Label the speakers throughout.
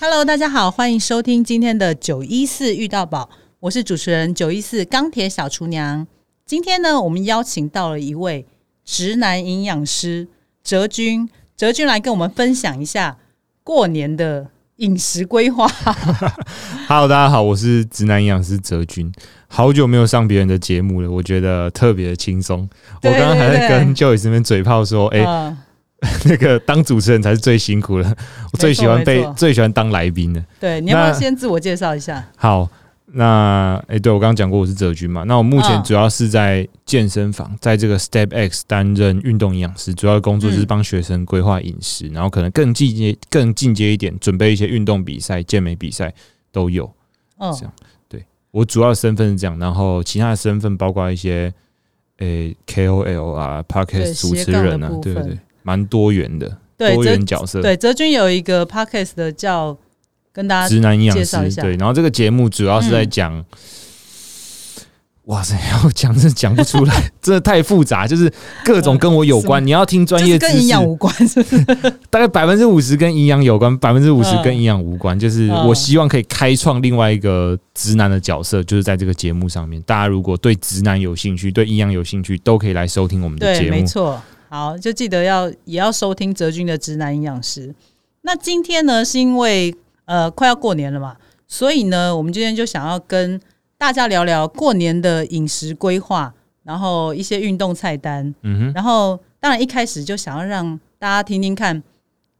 Speaker 1: Hello，大家好，欢迎收听今天的九一四遇到宝，我是主持人九一四钢铁小厨娘。今天呢，我们邀请到了一位直男营养师哲君，哲君来跟我们分享一下过年的饮食规划。
Speaker 2: Hello，大家好，我是直男营养师哲君。好久没有上别人的节目了，我觉得特别轻松。我
Speaker 1: 对
Speaker 2: 刚刚还
Speaker 1: 对
Speaker 2: 在
Speaker 1: 对
Speaker 2: 跟 Joyce 那边嘴炮说，哎、
Speaker 1: 嗯
Speaker 2: 那个当主持人才是最辛苦的，我最喜欢
Speaker 1: 没
Speaker 2: 被
Speaker 1: 错
Speaker 2: 最喜欢当来宾的。
Speaker 1: 对，你要不要
Speaker 2: 那
Speaker 1: 先自我介绍一下？
Speaker 2: 好，那哎、诶对我刚刚讲过我是哲君嘛，那我目前
Speaker 1: 嗯
Speaker 2: 主要是在健身房，在这个 Step X 担任运动营养师，主要的工作就是
Speaker 1: 嗯
Speaker 2: 帮学生规划饮食，然后可能更进阶、更进阶一点，准备一些运动比赛、健美比赛都有。
Speaker 1: 嗯
Speaker 2: 是我主要的身份是这样，然后其他的身份包括一些诶、KOL 啊、
Speaker 1: 对
Speaker 2: Podcast 主持
Speaker 1: 斜杠
Speaker 2: 人
Speaker 1: 的
Speaker 2: 啊
Speaker 1: 部，
Speaker 2: 对
Speaker 1: 分
Speaker 2: 对对，蛮多元的，
Speaker 1: 对，
Speaker 2: 多
Speaker 1: 哲
Speaker 2: 元角色，
Speaker 1: 对哲君有一个 podcast 的叫跟大家
Speaker 2: 直男营
Speaker 1: 介
Speaker 2: 养
Speaker 1: 绍一
Speaker 2: 师，
Speaker 1: 下嗯
Speaker 2: 对。然后这个节目主要是在讲，哇塞， 要讲是讲不出来，真的太复杂，就是各种跟我 有
Speaker 1: 什
Speaker 2: 关，你要听专
Speaker 1: 就是
Speaker 2: 业知
Speaker 1: 跟营
Speaker 2: 识，
Speaker 1: 养无关，是不是？
Speaker 2: 大概百分之五十跟营养有关，百分之五十
Speaker 1: 嗯
Speaker 2: 跟营养无关。就是
Speaker 1: 嗯
Speaker 2: 我希望可以开创另外一个直男的角色，就是在这个节目上面，大家如果对直男有兴趣，对营养有兴趣，都可以来收听我们的
Speaker 1: 对，
Speaker 2: 节目
Speaker 1: 没。错。好，就记得要也要收听哲君的直男营养师。那今天呢，是因为呃快要过年了嘛，所以呢，我们今天就想要跟大家聊聊过年的饮食规划，然后一些运动菜单，
Speaker 2: 嗯哼，
Speaker 1: 然后当然一开始就想要让大家听听看。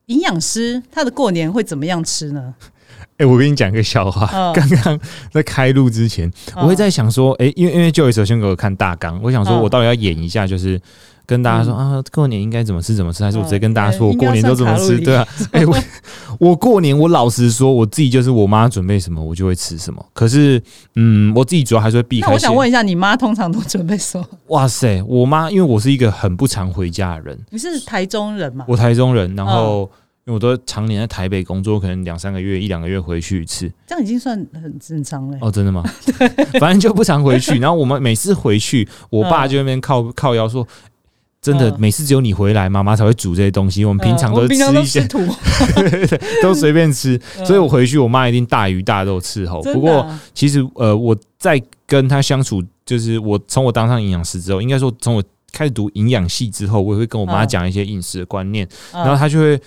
Speaker 1: 营养师他的过年会怎么样吃呢？
Speaker 2: 哎、我跟你讲一个笑话。
Speaker 1: 嗯
Speaker 2: 刚刚在开录之前，我
Speaker 1: 哦
Speaker 2: 会在想说，哎、因为因为 Joey 首先给我看大纲，我想说
Speaker 1: 嗯
Speaker 2: 我到底要演一下，就是跟大家说、啊，过年应该怎么吃怎么吃，还是我直接跟大家说
Speaker 1: 嗯
Speaker 2: 我过年都怎么吃？
Speaker 1: 应该
Speaker 2: 对啊，哎、我我过年我老实说，我自己就是我妈准备什么我就会吃什么，可是嗯，我自己主要还是会避
Speaker 1: 那
Speaker 2: 开
Speaker 1: 我
Speaker 2: 一些。
Speaker 1: 想问一下，你妈通常都准备 什么？
Speaker 2: 哇塞，我妈因为我是一个很不常回家的人，
Speaker 1: 你是台中人嘛？
Speaker 2: 我台中人，然
Speaker 1: 嗯
Speaker 2: 后。因为我都常年在台北工作，可能两三个月、一两个月回去一次。
Speaker 1: 这样已经算很正常了欸、
Speaker 2: 哦，真的吗？ 反正就不常回 去。然后我们每次回去，我爸就在那边靠、靠腰说：“真的，
Speaker 1: 嗯
Speaker 2: 每次只有你回来，妈妈才会煮这些东西。我们平常
Speaker 1: 呃我
Speaker 2: 都吃
Speaker 1: 平常都
Speaker 2: 一些，
Speaker 1: 土，
Speaker 2: 都随便吃。
Speaker 1: 嗯
Speaker 2: 所以我回去，我妈一定大鱼大肉伺候。
Speaker 1: 真
Speaker 2: 哦不
Speaker 1: 的
Speaker 2: 过
Speaker 1: 啊
Speaker 2: 其实呃，我在跟她相处，就是我从我当上营养师之后，应该说从我开始读营养系之后，我也会跟我妈
Speaker 1: 嗯
Speaker 2: 讲一些饮食的观念。
Speaker 1: 嗯
Speaker 2: 然后他就会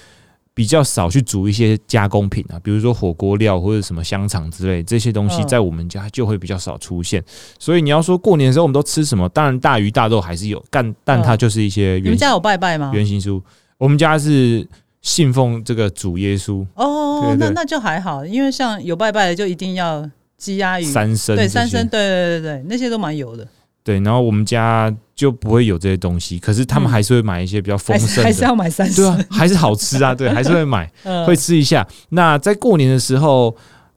Speaker 2: 比较少去煮一些加工品啊，比如说火锅料或者什么香肠之类这些东西，
Speaker 1: 嗯
Speaker 2: 在我们家就会比较少出现。所以你要说过年的时候我们都吃什么，当然大鱼大肉还是有，但但它就是一些
Speaker 1: 嗯你们
Speaker 2: 原
Speaker 1: 家有拜拜吗？
Speaker 2: 原型书。我们家是信奉这个主耶稣
Speaker 1: 哦
Speaker 2: 对，对
Speaker 1: 那那就还好，因为像有拜拜的就一定要鸡鸭鱼，
Speaker 2: 三生这
Speaker 1: 对
Speaker 2: 些，
Speaker 1: 三生，对对对对对，那些都蛮有的，
Speaker 2: 对，然后我们家就不会有这些东西，可是他们
Speaker 1: 嗯
Speaker 2: 还是会买一些比较丰
Speaker 1: 还是
Speaker 2: 盛
Speaker 1: 还是
Speaker 2: 的。
Speaker 1: 要买三
Speaker 2: 对
Speaker 1: 生，
Speaker 2: 啊，还是好吃啊，对，还是会买。
Speaker 1: 嗯
Speaker 2: 会吃一下。那在过年的时候，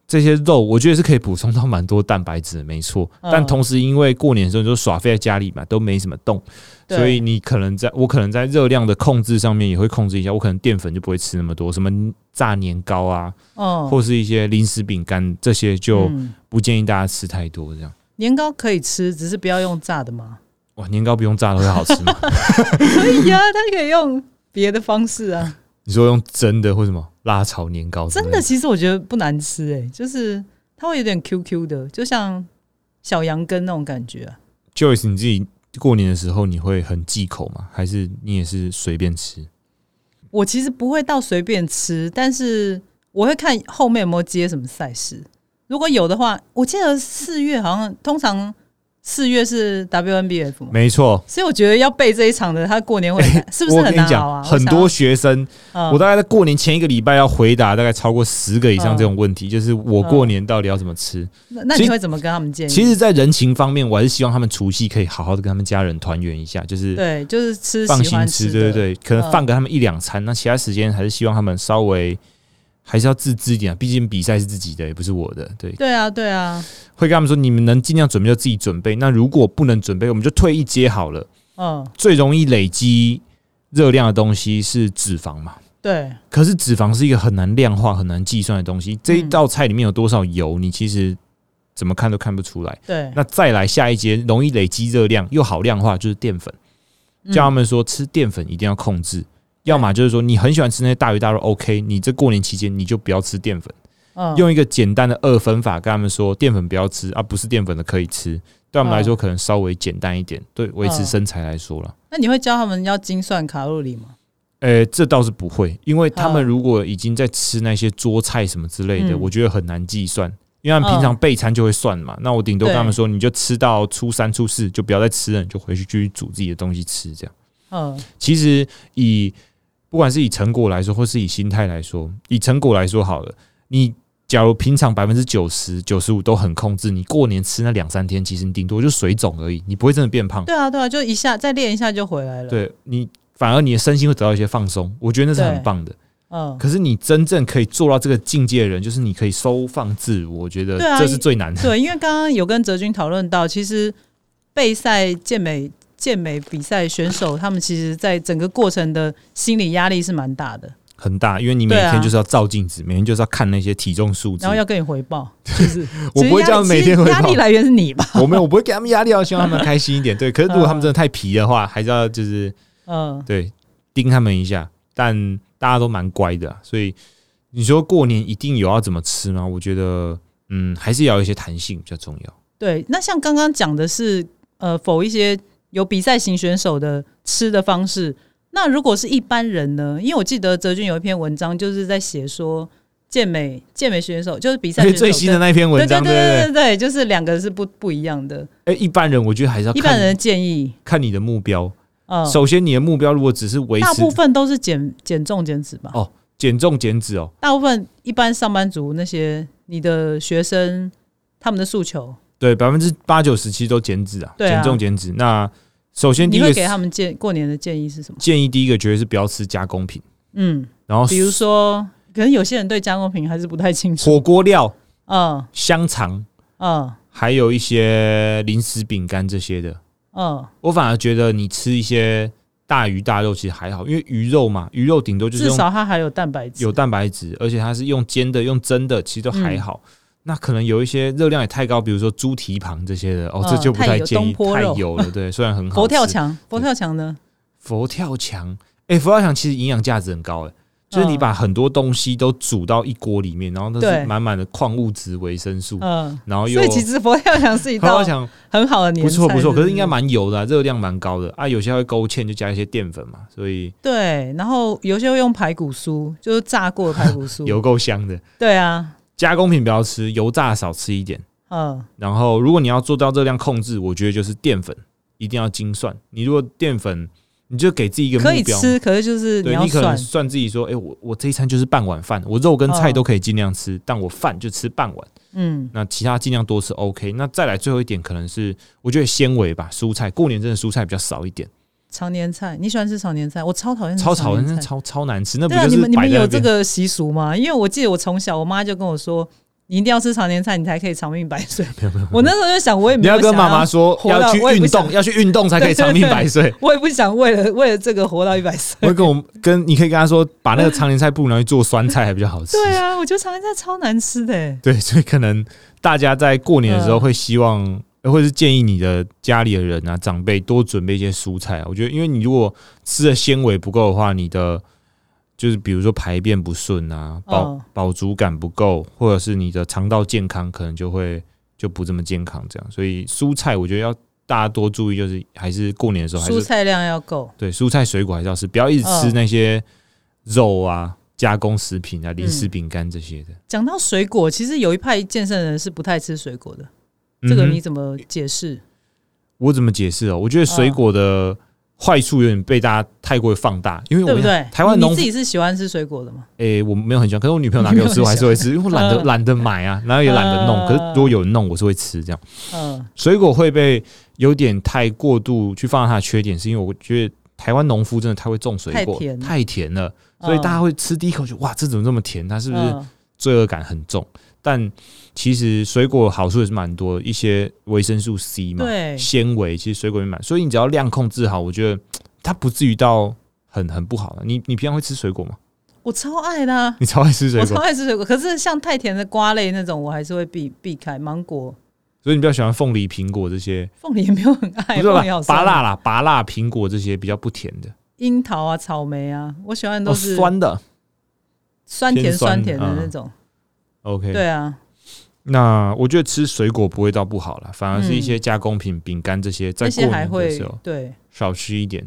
Speaker 2: 这些肉我觉得是可以补充到蛮多蛋白质的，没错。
Speaker 1: 嗯
Speaker 2: 但同时，因为过年的时候你就耍废在家里嘛，都没什么动，
Speaker 1: 对
Speaker 2: 所以你可能在我可能在热量的控制上面也会控制一下，我可能淀粉就不会吃那么多，什么炸年糕啊，
Speaker 1: 哦，
Speaker 2: 或是一些零食饼干这些就
Speaker 1: 嗯
Speaker 2: 不建议大家吃太多这样。
Speaker 1: 年糕可以吃，只是不要用炸的嘛。
Speaker 2: 哇，年糕不用炸的会好吃吗？
Speaker 1: 可
Speaker 2: 嗯
Speaker 1: 以啊，它可以用别的方式啊。
Speaker 2: 你说用蒸的或什么辣炒年糕之类？
Speaker 1: 真的，其实我觉得不难吃诶、就是它会有点 Q Q 的，就像小羊羹那种感觉啊。
Speaker 2: ，Joyce，你自己过年的时候你会很忌口吗？还是你也是随便吃？
Speaker 1: 我其实不会到随便吃，但是我会看后面有没有接什么赛事。如果有的话，我记得四月好像通常四月是 WNBF 嘛，
Speaker 2: 没错，
Speaker 1: 所以我觉得要备这一场的，他过 年会很难、是不是
Speaker 2: 我跟
Speaker 1: 很
Speaker 2: 你
Speaker 1: 难熬啊？
Speaker 2: 讲，很多学生，
Speaker 1: 我,、嗯
Speaker 2: 我大概在过年前一个礼拜要回答大概超过十个以上这种问
Speaker 1: 嗯
Speaker 2: 题，就是我过年到底要怎么吃。
Speaker 1: 那那
Speaker 2: 其
Speaker 1: 你
Speaker 2: 实
Speaker 1: 会怎么跟他们建议？
Speaker 2: 其实，在人情方面，我还是希望他们除夕可以好好的跟他们家人团圆一下，就是
Speaker 1: 对，就是吃
Speaker 2: 放
Speaker 1: 喜
Speaker 2: 心
Speaker 1: 欢
Speaker 2: 吃，
Speaker 1: 吃，
Speaker 2: 对对。对，可能
Speaker 1: 嗯
Speaker 2: 饭给他们一两餐，那其他时间还是希望他们稍微。还是要自制一点啊，毕竟比赛是自己的，也不是我的。对，
Speaker 1: 对啊，对啊，
Speaker 2: 会跟他们说，你们能尽量准备就自己准备。那如果不能准备，我们就退一阶好了。
Speaker 1: 嗯，
Speaker 2: 最容易累积热量的东西是脂肪嘛，
Speaker 1: 对，
Speaker 2: 可是脂肪是一个很难量化、很难计算的东西。这一
Speaker 1: 嗯
Speaker 2: 道菜里面有多少油，你其实怎么看都看不出来。
Speaker 1: 对，
Speaker 2: 那再来下一节，容易累积热量又好量化，就是淀粉。
Speaker 1: 嗯
Speaker 2: 叫他们说吃淀粉一定要控制，要么就是说你很喜欢吃那些大鱼大肉，OK，你这过年期间你就不要吃淀粉，
Speaker 1: 嗯，
Speaker 2: 用一个简单的二分法跟他们说，淀粉不要吃啊，不是淀粉的可以吃。对我们来说，可能稍微简单一点，对维持
Speaker 1: 嗯
Speaker 2: 身材来说啦。
Speaker 1: 那你会教他们要精算卡路里吗？
Speaker 2: 呃、这倒是不会，因为他们
Speaker 1: 嗯
Speaker 2: 如果已经在吃那些桌菜什么之类的，
Speaker 1: 嗯
Speaker 2: 我觉得很难计算，因为他们平
Speaker 1: 嗯
Speaker 2: 常备餐就会算嘛。那我顶多
Speaker 1: 对
Speaker 2: 跟他们说，你就吃到初三、初四就不要再吃了，你就回去继续煮自己的东西吃。这样，
Speaker 1: 嗯
Speaker 2: 其实以不管是以成果来说，或是以心态来说，以成果来说好了，你。假如平常百分之九十、九十五都很控制，你过年吃那两三天，其实你顶多就水肿而已，你不会真的变胖。
Speaker 1: 对啊对啊，就一下再练一下就回来了。，
Speaker 2: 对你，反而你的身心会得到一些放松，我觉得那是很
Speaker 1: 对
Speaker 2: 棒的。
Speaker 1: 嗯，
Speaker 2: 可是你真正可以做到这个境界的人，就是你可以收放自如，我觉得
Speaker 1: 对啊
Speaker 2: 这是最难的。
Speaker 1: 对，因为刚刚有跟哲君讨论到，其实备赛健美健美比赛选手，他们其实在整个过程的心理压力是蛮大的，
Speaker 2: 很大，因为你每
Speaker 1: 对啊
Speaker 2: 天就是要照镜子，每天就是要看那些体重数字
Speaker 1: 然。后要跟你回报，就是
Speaker 2: 我不会
Speaker 1: 其实
Speaker 2: 叫
Speaker 1: 压
Speaker 2: 他们每天回
Speaker 1: 其实压力
Speaker 2: 报，
Speaker 1: 来源是你吧？
Speaker 2: 我没有，我不会给他们压力，要啊希望他们开心一点。对，可是如果他们真的太皮的话，还是要就是
Speaker 1: 嗯，
Speaker 2: 对盯他们一下。但大家都蛮乖的啊，所以你说过年一定有要怎么吃吗？我觉得，嗯，还是要有一些弹性比较重要。
Speaker 1: 对。那像刚刚讲的是，呃，否一些有比赛型选手的吃的方式。那如果是一般人呢？因为我记得哲君有一篇文章，就是在写说健美健美选手，就是比赛
Speaker 2: 所以
Speaker 1: 选手
Speaker 2: 哎最新的那篇文章，
Speaker 1: 对
Speaker 2: 对不
Speaker 1: 对
Speaker 2: 对？
Speaker 1: 对对，就是两个是不不一样的。
Speaker 2: 哎，一般人我觉得还是要
Speaker 1: 一般
Speaker 2: 看
Speaker 1: 人的建议，
Speaker 2: 看你的目标。
Speaker 1: 嗯，
Speaker 2: 首先，你的目标如果只是维
Speaker 1: 大
Speaker 2: 持
Speaker 1: 部分都是减减重减脂吧。
Speaker 2: 哦减重减脂哦，
Speaker 1: 大部分一般上班族那些你的学生他们的诉求，
Speaker 2: 对，百分之八九十其实都减脂啊，
Speaker 1: 对啊
Speaker 2: 减重减脂。那首先第
Speaker 1: 你
Speaker 2: 一
Speaker 1: 会
Speaker 2: 个
Speaker 1: 给他们建过年的建议是什么？
Speaker 2: 建议，第一个绝对是不要吃加工品，
Speaker 1: 嗯，
Speaker 2: 然后
Speaker 1: 比如说，可能有些人对加工品还是不太清 楚。
Speaker 2: 火锅料、
Speaker 1: 嗯
Speaker 2: 香肠，
Speaker 1: 嗯
Speaker 2: 还有一些零食、饼干这些的。
Speaker 1: 嗯，
Speaker 2: 我反而觉得你吃一些大鱼大肉其实还好，因为鱼肉嘛，鱼肉顶多就是
Speaker 1: 至
Speaker 2: 用
Speaker 1: 少它还有蛋白质。
Speaker 2: 有蛋白质，而且它是用煎的、用蒸的，其实都
Speaker 1: 嗯
Speaker 2: 还好。那可能有一些热量也太高，比如说猪蹄膀这些的，哦，
Speaker 1: 嗯
Speaker 2: 这就不
Speaker 1: 太
Speaker 2: 太
Speaker 1: 油
Speaker 2: 建
Speaker 1: 东
Speaker 2: 议，
Speaker 1: 坡
Speaker 2: 太
Speaker 1: 肉
Speaker 2: 油了。对，虽然很好吃。
Speaker 1: 佛跳墙，佛跳墙呢？
Speaker 2: 佛跳墙，哎、佛跳墙其实营养价值很高、诶，哎就是你把很多东西都煮到一锅里面，然后都
Speaker 1: 嗯对
Speaker 2: 是满满的矿物质、维生素，
Speaker 1: 嗯，
Speaker 2: 然后又
Speaker 1: 所以其实佛跳墙是一
Speaker 2: 佛
Speaker 1: 道
Speaker 2: 跳墙
Speaker 1: 很好的年
Speaker 2: 不
Speaker 1: 菜，
Speaker 2: 错不错，可是应该
Speaker 1: 不
Speaker 2: 蛮油的啊、热量蛮高的啊。有些还会勾芡，就加一些淀粉嘛，所以
Speaker 1: 对。然后有些会用排骨酥，就是炸过的排骨 酥。
Speaker 2: 油够香的。
Speaker 1: 对啊，
Speaker 2: 加工品不要吃，油炸少吃一点。
Speaker 1: 嗯
Speaker 2: 然后，如果你要做到热量控制，我觉得就是淀粉一定要精算。你如果淀粉，你就给自己一个目
Speaker 1: 可以
Speaker 2: 标，
Speaker 1: 吃，可是就是
Speaker 2: 对
Speaker 1: 要
Speaker 2: 你可能
Speaker 1: 算。
Speaker 2: 算自己说，哎、我我这一餐就是半碗饭，我肉跟
Speaker 1: 嗯
Speaker 2: 菜都可以尽量吃，但我饭就吃半碗，
Speaker 1: 嗯
Speaker 2: 那其他尽量多吃 OK。那再来最后一点，可能是我觉得纤维吧，蔬菜，过年真的蔬菜比较少一点，
Speaker 1: 常年菜，你喜欢吃常年菜？我超讨厌吃
Speaker 2: 超炒
Speaker 1: 常
Speaker 2: 的
Speaker 1: 年
Speaker 2: 真
Speaker 1: 菜
Speaker 2: 的超超难吃，那不
Speaker 1: 对啊，
Speaker 2: 就
Speaker 1: 你
Speaker 2: 是
Speaker 1: 们你
Speaker 2: 摆
Speaker 1: 们
Speaker 2: 在
Speaker 1: 有
Speaker 2: 那
Speaker 1: 这
Speaker 2: 边？
Speaker 1: 个习俗吗？因为我记得我从小，我妈就跟我说，你一定要吃常年菜，你才可以长命百 岁。我那时候就想，我也
Speaker 2: 你
Speaker 1: 没有
Speaker 2: 要跟
Speaker 1: 想
Speaker 2: 妈妈说
Speaker 1: 活到
Speaker 2: 要去
Speaker 1: 我也不
Speaker 2: 运
Speaker 1: 想
Speaker 2: 动，要去运动才可以长命百岁。
Speaker 1: 我也不想为了为了这个活到一百岁。
Speaker 2: 我会跟我跟你可以跟他说，把那个常年菜不如拿去做酸菜还比较好吃。
Speaker 1: 对啊，我觉得常年菜超难吃的、欸。
Speaker 2: 对，所以可能大家在过年
Speaker 1: 嗯
Speaker 2: 的时候会希望，呃或者是建议你的家里的人啊、长辈多准备一些蔬菜啊。我觉得，因为你如果吃的纤维不够的话，你的就是比如说排便不顺啊，饱
Speaker 1: 嗯
Speaker 2: 饱足感不够，或者是你的肠道健康可能就会就不这么健康这样。所以蔬菜，我觉得要大家多注意，就是还是过年的时候还
Speaker 1: 蔬
Speaker 2: 是
Speaker 1: 菜量要够。
Speaker 2: 对蔬菜水果还是要吃，不要一直吃
Speaker 1: 嗯
Speaker 2: 那些肉啊、加工食品啊、零食
Speaker 1: 嗯
Speaker 2: 饼干这些的。
Speaker 1: 讲到水果，其实有一派健身人是不太吃水果的，这个
Speaker 2: 嗯哼
Speaker 1: 你怎么解释？
Speaker 2: 我怎么解释哦？我觉得水果的坏处有点被大家太过于放大，因为我
Speaker 1: 对不
Speaker 2: 们
Speaker 1: 对？
Speaker 2: 台湾
Speaker 1: 你
Speaker 2: 农
Speaker 1: 你自，己是喜欢吃水果的吗？
Speaker 2: 诶、我没有很喜欢，可是我女朋友拿给我吃，我还是会吃，因为我 懒得
Speaker 1: 嗯
Speaker 2: 懒得买啊，然后也懒得弄。
Speaker 1: 嗯
Speaker 2: 可是如果有人弄，我是会吃这样。
Speaker 1: 嗯
Speaker 2: 水果会被有点太过度去放大它的缺点，是因为我觉得台湾农夫真的太会种水果，
Speaker 1: 太甜
Speaker 2: 了，所以
Speaker 1: 嗯
Speaker 2: 大家会吃第一口就哇，这怎么这么甜？它是不是
Speaker 1: 嗯
Speaker 2: 罪恶感很重？但其实水果好处也是蛮多的，一些维生素 C 嘛，
Speaker 1: 对
Speaker 2: 纤维，其实水果也满，所以你只要量控制好，我觉得它不至于到很很不好了。你你平常会吃水果吗？
Speaker 1: 我超爱的、啊，
Speaker 2: 你超爱吃水
Speaker 1: 我超
Speaker 2: 果，
Speaker 1: 爱吃水果。可是像太甜的瓜类那种，我还是会避避开。芒果、
Speaker 2: 所以你比较喜欢凤梨、苹果这些，
Speaker 1: 凤梨也没有很爱，
Speaker 2: 不是
Speaker 1: 凤梨
Speaker 2: 啦
Speaker 1: 好，酸
Speaker 2: 拔辣啦，拔辣、苹果这些比较不甜的，
Speaker 1: 樱桃啊、草莓啊，我喜欢的
Speaker 2: 哦，
Speaker 1: 都是
Speaker 2: 酸的。
Speaker 1: 酸甜
Speaker 2: 偏酸嗯
Speaker 1: 酸
Speaker 2: 的
Speaker 1: 甜的那种。
Speaker 2: OK，
Speaker 1: 对啊，
Speaker 2: 那我觉得吃水果不会到不好了，反而是一
Speaker 1: 嗯
Speaker 2: 些加工品、饼干这些，在
Speaker 1: 那
Speaker 2: 过
Speaker 1: 些还
Speaker 2: 年的
Speaker 1: 会
Speaker 2: 时候
Speaker 1: 对。
Speaker 2: 少吃一点。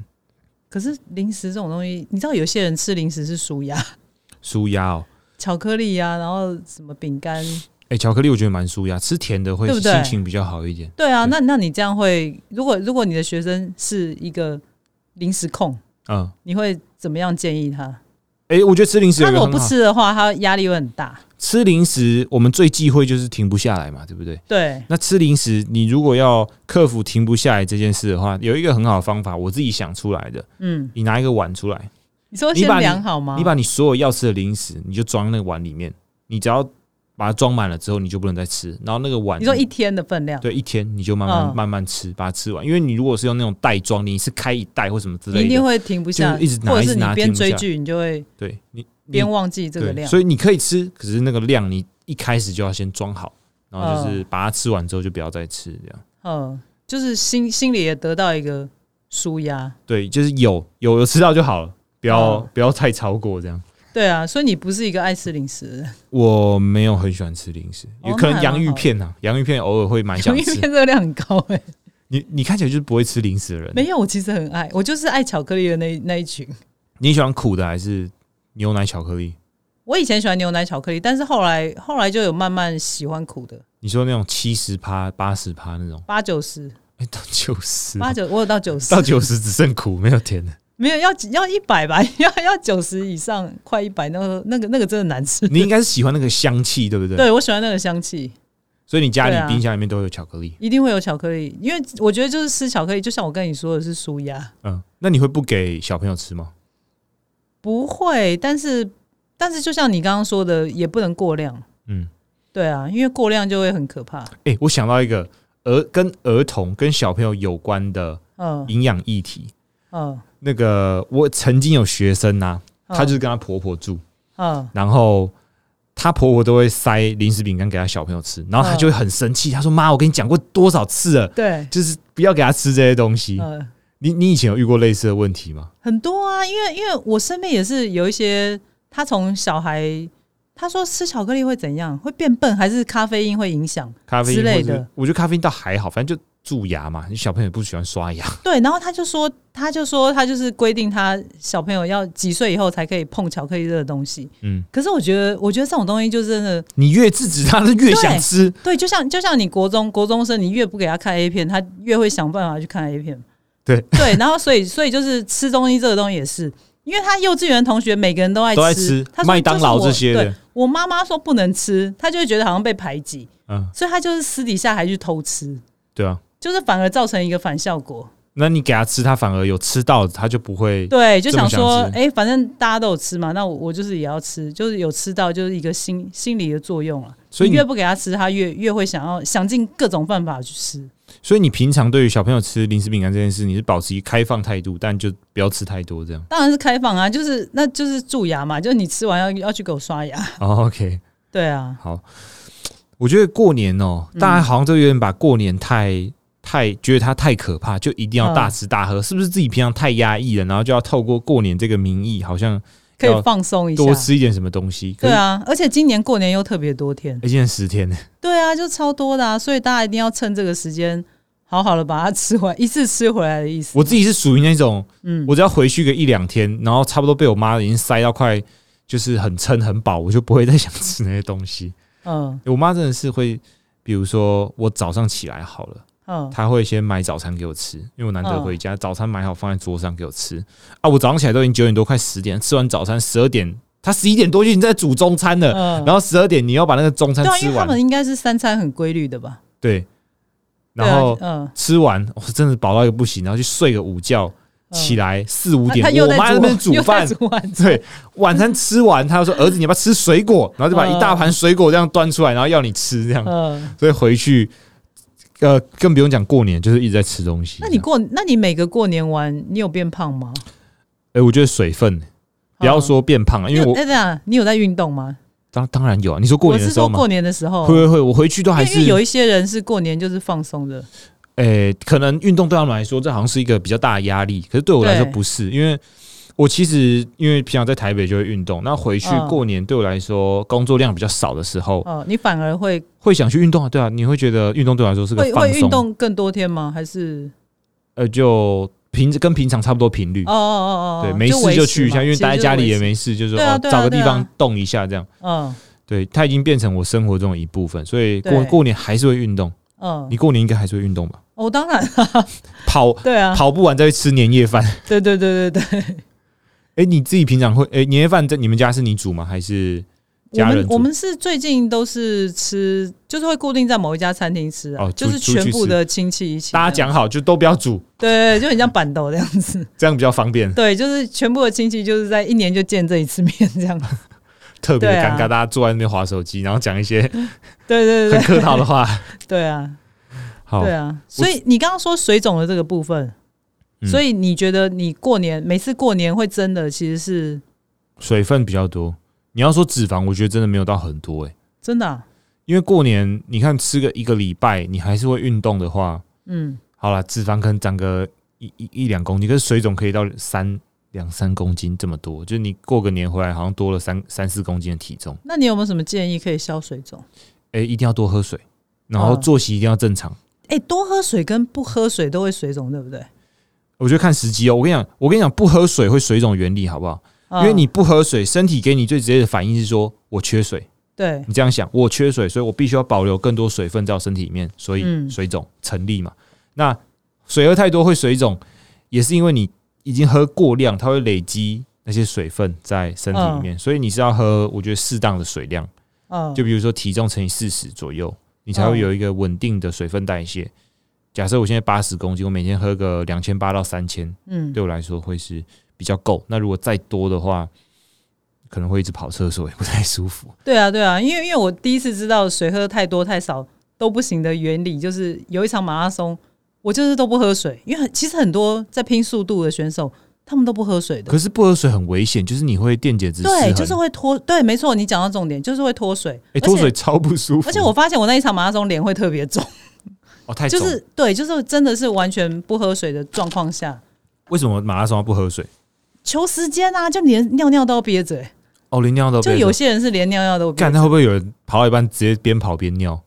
Speaker 1: 可是零食这种东西，你知道有些人吃零食是舒压，
Speaker 2: 舒压哦，
Speaker 1: 巧克力呀、然后什么饼干，
Speaker 2: 哎、巧克力我觉得蛮舒压，吃甜的会
Speaker 1: 对不对
Speaker 2: 心情比较好一点
Speaker 1: 对啊，
Speaker 2: 对
Speaker 1: 那那你这样会，如果如果你的学生是一个零食控，
Speaker 2: 嗯。
Speaker 1: 你会怎么样建议他？
Speaker 2: 哎、我觉得吃零食有
Speaker 1: 他
Speaker 2: 一
Speaker 1: 如果
Speaker 2: 个很
Speaker 1: 不
Speaker 2: 好，
Speaker 1: 吃的话，他压力会很大。
Speaker 2: 吃零食我们最忌讳就是停不下来嘛，对不对？
Speaker 1: 对，
Speaker 2: 那吃零食，你如果要克服停不下来这件事的话，有一个很好的方法，我自己想出来的。
Speaker 1: 嗯，
Speaker 2: 你拿一个碗出来，
Speaker 1: 你说
Speaker 2: 你
Speaker 1: 先
Speaker 2: 把你
Speaker 1: 量好吗？
Speaker 2: 你把你所有要吃的零食，你就装那个碗里面。你只要把它装满了之后，你就不能再吃。然后那个碗，
Speaker 1: 你说一天的分量，
Speaker 2: 对一天，你就慢慢、
Speaker 1: 嗯
Speaker 2: 慢慢吃，把它吃完。因为你如果是用那种袋装，你是开一袋或什么之
Speaker 1: 你
Speaker 2: 类
Speaker 1: 一定
Speaker 2: 的，
Speaker 1: 会停不下，
Speaker 2: 就是一直拿
Speaker 1: 或者是
Speaker 2: 一直
Speaker 1: 你
Speaker 2: 拿
Speaker 1: 边
Speaker 2: 停不
Speaker 1: 追
Speaker 2: 下
Speaker 1: 剧，你就会
Speaker 2: 对你你
Speaker 1: 边忘记这个
Speaker 2: 对
Speaker 1: 量。
Speaker 2: 所以你可以吃，可是那个量你一开始就要先装好，然后
Speaker 1: 啊
Speaker 2: 就是把它吃完之后就不要再吃这样。
Speaker 1: 嗯，就是心心里也得到一个舒压。
Speaker 2: 对，就是有有有吃到就好了，不要、
Speaker 1: 嗯
Speaker 2: 不要太超过这样。
Speaker 1: 对啊，所以你不是一个爱吃零食的人，
Speaker 2: 我没有很喜欢吃零食，
Speaker 1: 哦
Speaker 2: 有可能
Speaker 1: 那还蛮
Speaker 2: 洋芋片啊，洋芋片偶尔会蛮想
Speaker 1: 因为
Speaker 2: 吃。
Speaker 1: 热量很高哎、
Speaker 2: 你你看起来就是不会吃零食的人，
Speaker 1: 没有，我其实很爱，我就是爱巧克力的那一那一群。
Speaker 2: 你喜欢苦的还是牛奶巧克力？
Speaker 1: 我以前喜欢牛奶巧克力，但是后来后来就有慢慢喜欢苦的，
Speaker 2: 你说那种七十趴、八十趴那种，
Speaker 1: 八九十、
Speaker 2: 哎、到九十，啊
Speaker 1: 八九，我有到九十
Speaker 2: 到，九十只剩苦没有甜 的。
Speaker 1: 没有要要一百吧，要要九十以上，快一百，那个那个那个真的难吃。
Speaker 2: 你应该是喜欢那个香气，对不对？
Speaker 1: 对我喜欢那个香气，
Speaker 2: 所以你家
Speaker 1: 对啊
Speaker 2: 里冰箱里面都会有巧克力。
Speaker 1: 一定会有巧克力，因为我觉得就是吃巧克力，就像我跟你说的是舒压，
Speaker 2: 嗯，那你会不给小朋友吃吗？
Speaker 1: 不会，但是但是就像你刚刚说的，也不能过量，
Speaker 2: 嗯，
Speaker 1: 对啊，因为过量就会很可怕。
Speaker 2: 哎、我想到一个儿跟儿童跟小朋友有关的
Speaker 1: 嗯
Speaker 2: 营养议题。
Speaker 1: 嗯，
Speaker 2: 那个我曾经有学生呐、啊，
Speaker 1: 嗯
Speaker 2: 她就是跟她婆婆住，
Speaker 1: 嗯
Speaker 2: 然后她婆婆都会塞零食饼干给她小朋友吃，然后她
Speaker 1: 嗯
Speaker 2: 就会很生气，她说：“妈，我跟你讲过多少次了，
Speaker 1: 对，
Speaker 2: 就是不要给她吃这些东西。
Speaker 1: 嗯。
Speaker 2: 你你以前有遇过类似的问题吗？
Speaker 1: 很多啊，因为因为我身边也是有一些，他从小孩他说吃巧克力会怎样？会变笨还是咖啡因会影响？
Speaker 2: 咖啡因
Speaker 1: 之类
Speaker 2: 或者
Speaker 1: 的
Speaker 2: 我觉得咖啡因倒还好，反正就蛀牙嘛，你小朋友也不喜欢刷牙。
Speaker 1: 对，然后他就说，他就说他就是规定他小朋友要几岁以后才可以碰巧克力这个东西。
Speaker 2: 嗯，
Speaker 1: 可是我觉得，我觉得这种东西就真的
Speaker 2: 你越制止他，他越想吃。
Speaker 1: 对，就像就像你国中国中生，你越不给他看 A 片，他越会想办法去看 A 片。
Speaker 2: 对
Speaker 1: 对，然后所以所以就是吃东西这个东西也是，因为他幼稚园同学每个人都爱吃，
Speaker 2: 都爱吃
Speaker 1: 他说
Speaker 2: 麦当劳
Speaker 1: 就是我
Speaker 2: 这些的
Speaker 1: 对我妈妈说不能吃，他就会觉得好像被排挤，
Speaker 2: 嗯，
Speaker 1: 所以他就是私底下还去偷吃，
Speaker 2: 对啊。
Speaker 1: 就是反而造成一个反效果。
Speaker 2: 那你给他吃，他反而有吃到，他就不会。
Speaker 1: 对，就
Speaker 2: 这么
Speaker 1: 想说
Speaker 2: 想，吃
Speaker 1: 哎、反正大家都有吃嘛，那我我就是也要吃，就是有吃到就是一个心心理的作用了。
Speaker 2: 所以
Speaker 1: 你
Speaker 2: 你
Speaker 1: 越不给他吃，他越越会想要想尽各种办法去吃。
Speaker 2: 所以你平常对于小朋友吃零食饼干这件事，你是保持一开放态度，但就不要吃太多这样。
Speaker 1: 当然是开放啊，就是那就是蛀牙嘛，就是你吃完要要去给我刷牙。
Speaker 2: 哦、OK，
Speaker 1: 对啊，
Speaker 2: 好，我觉得过年哦、大家好像都有点把过年太太觉得它太可怕，就一定要大吃大喝，是不是自己平常太压抑了，然后就要透过过年这个名义，好像
Speaker 1: 可
Speaker 2: 要
Speaker 1: 以放松一下。
Speaker 2: 多吃一点什么东西？可
Speaker 1: 对
Speaker 2: 是，
Speaker 1: 啊，而且今年过年又特别多天
Speaker 2: 哎，。今天十天呢，
Speaker 1: 对啊，就超多的啊，所以大家一定要趁这个时间，好好的把它吃完，一次吃回来的意思。
Speaker 2: 我自己是属于那种，
Speaker 1: 嗯
Speaker 2: 我只要回去个一两天，然后差不多被我妈已经塞到快就是很撑很饱，我就不会再想吃那些东西。
Speaker 1: 嗯
Speaker 2: 我妈真的是会，比如说我早上起来好了。
Speaker 1: 嗯
Speaker 2: 他会先买早餐给我吃，因为我难得
Speaker 1: 嗯
Speaker 2: 回家，早餐买好放在桌上给我吃啊。我早上起来都已经九点多，快十点，吃完早餐十二点，他十一点多就已经在煮中餐了，
Speaker 1: 嗯，
Speaker 2: 然后十二点你要把那个中餐
Speaker 1: 对啊，因
Speaker 2: 吃
Speaker 1: 为他
Speaker 2: 完，
Speaker 1: 们应该是三餐很规律的吧？
Speaker 2: 对，
Speaker 1: 对
Speaker 2: 然后
Speaker 1: 啊、嗯
Speaker 2: 吃完，我、真的饱到一个不行，然后去睡个午觉，
Speaker 1: 嗯
Speaker 2: 起来四五
Speaker 1: 他
Speaker 2: 点
Speaker 1: 他，又
Speaker 2: 我
Speaker 1: 在
Speaker 2: 妈在那边煮
Speaker 1: 又在
Speaker 2: 饭，
Speaker 1: 煮饭。
Speaker 2: 对，晚餐吃完，他就说儿子你要不要吃水果，然后就把
Speaker 1: 嗯
Speaker 2: 一大盘水果这样端出来，然后要你吃这样，
Speaker 1: 嗯，
Speaker 2: 所以回去。呃，更不用讲过年，就是一直在吃东西。
Speaker 1: 那你过，那你每个过年完，你有变胖吗？
Speaker 2: 哎、我觉得水分，
Speaker 1: 哦
Speaker 2: 不要说变胖了，
Speaker 1: 嗯，
Speaker 2: 因为我
Speaker 1: 哎，对啊，你有在运动吗？
Speaker 2: 当当然有啊。你说过
Speaker 1: 我
Speaker 2: 年
Speaker 1: 是
Speaker 2: 的时候
Speaker 1: 说
Speaker 2: 嘛，
Speaker 1: 过年的时候，
Speaker 2: 会会会，我回去都还
Speaker 1: 因为因为有
Speaker 2: 是，
Speaker 1: 一些人是过年就是放松的，
Speaker 2: 哎，可能运动对他们来说，这好像是一个比较大的压力，可是对我来说
Speaker 1: 对
Speaker 2: 不是，因为我其实因为平常在台北就会运动，那回去
Speaker 1: 嗯
Speaker 2: 过年对我来说工作量比较少的时候，
Speaker 1: 哦，你反而会
Speaker 2: 会想去运动啊，对啊，你会觉得运动对我来说是个
Speaker 1: 会
Speaker 2: 放
Speaker 1: 会运
Speaker 2: 松，
Speaker 1: 动更多天吗？还是
Speaker 2: 呃，就平跟平常差不多频率
Speaker 1: 哦，哦哦哦，
Speaker 2: 对，
Speaker 1: 哦
Speaker 2: 没
Speaker 1: 就
Speaker 2: 事
Speaker 1: 维
Speaker 2: 就
Speaker 1: 持
Speaker 2: 去一下，
Speaker 1: 嘛
Speaker 2: 因为
Speaker 1: 其实
Speaker 2: 待在
Speaker 1: 就是
Speaker 2: 家里也
Speaker 1: 维持
Speaker 2: 没事，就是
Speaker 1: 对啊
Speaker 2: 哦
Speaker 1: 对啊
Speaker 2: 找个
Speaker 1: 对
Speaker 2: 地
Speaker 1: 啊
Speaker 2: 方动一下这样。
Speaker 1: 嗯
Speaker 2: 对，它已经变成我生活中的一部分，所以过
Speaker 1: 对
Speaker 2: 过年还是会运动。
Speaker 1: 嗯，
Speaker 2: 你过年应该还是会运动吧？
Speaker 1: 哦，当然
Speaker 2: 跑
Speaker 1: 对啊，
Speaker 2: 跑不完再去吃年夜饭。
Speaker 1: 对对对对对，
Speaker 2: 哎，你自己平常会哎年夜饭在你们家是你煮吗？还是
Speaker 1: 我
Speaker 2: 家人
Speaker 1: 们
Speaker 2: 煮
Speaker 1: 我们是最近都是吃，就是会固定在某一家餐厅吃啊，
Speaker 2: 哦
Speaker 1: 就是
Speaker 2: 出出去
Speaker 1: 全部
Speaker 2: 吃
Speaker 1: 的亲戚一起，
Speaker 2: 大家讲好就都不要煮，
Speaker 1: 对，就很像板豆这样 子，
Speaker 2: 这样比较方便，
Speaker 1: 对，就是全部的亲戚就是在一年就见这一次面这 样，
Speaker 2: 特别的
Speaker 1: 对
Speaker 2: 尴
Speaker 1: 啊
Speaker 2: 尬。大家坐在那边划手机，然后讲 一些
Speaker 1: 对对对
Speaker 2: 很
Speaker 1: 对
Speaker 2: 客套的话。
Speaker 1: 对啊
Speaker 2: 好
Speaker 1: 对，啊，所以你刚刚说水肿的这个部分。
Speaker 2: 嗯
Speaker 1: 所以你觉得你过年每次过年会真的其实是
Speaker 2: 水分比较多。你要说脂肪，我觉得真的没有到很多哎、
Speaker 1: 真的啊、
Speaker 2: 因为过年你看吃个一个礼拜，你还是会运动的话，
Speaker 1: 嗯，
Speaker 2: 好啦，脂肪可能长个一一一两公斤，可是水肿可以到三两三公斤这么多，就是你过个年回来好像多了三三四公斤的体重。
Speaker 1: 那你有没有什么建议可以消水肿？
Speaker 2: 哎、一定要多喝水，然后
Speaker 1: 嗯
Speaker 2: 作息一定要正常。
Speaker 1: 哎、多喝水跟不喝水都会水肿，对不对？
Speaker 2: 我觉得看时机哦，我跟你讲，我跟你讲，不喝水会水肿原理好不好？因
Speaker 1: 嗯
Speaker 2: 为你不喝水，身体给你最直接的反应是说我缺水。
Speaker 1: 对，
Speaker 2: 你这样想，我缺水，所以我必须要保留更多水分在我身体里面，所以
Speaker 1: 嗯
Speaker 2: 水肿成立嘛。那水喝太多会水肿，也是因为你已经喝过量，它会累积那些水分在身体里面，所以你是要喝，我觉得适当的水量，
Speaker 1: 嗯，
Speaker 2: 就比如说体重乘以四十左右，你才
Speaker 1: 嗯
Speaker 2: 会有一个稳定的水分代谢。假设我现在八十公斤，我每天喝个两千八到三千，
Speaker 1: 嗯，
Speaker 2: 对我来说会是比较够。那如果再多的话，可能会一直跑厕所，也不太舒服。
Speaker 1: 对啊，对啊，因为因为我第一次知道水喝太多太少都不行的原理，就是有一场马拉松，我就是都不喝水，因为很其实很多在拼速度的选手，他们都不喝水的，
Speaker 2: 可是不喝水很危险，就是你会电解质失衡，
Speaker 1: 对，就是会脱，对，没错，你讲到重点，就是会脱水，
Speaker 2: 哎、脱水超不舒服。
Speaker 1: 而且，而且我发现我那一场马拉松脸会特别肿，
Speaker 2: 哦太
Speaker 1: 就
Speaker 2: 重，
Speaker 1: 是对，就是真的是完全不喝水的状况下，
Speaker 2: 为什么马拉松要不喝水？
Speaker 1: 求时间啊，就连尿尿都要憋着、欸
Speaker 2: 哦，连尿都
Speaker 1: 就
Speaker 2: 被
Speaker 1: 有些人是连尿尿都憋
Speaker 2: 干，
Speaker 1: 着
Speaker 2: 那会不会有人跑到一半直接边跑边尿？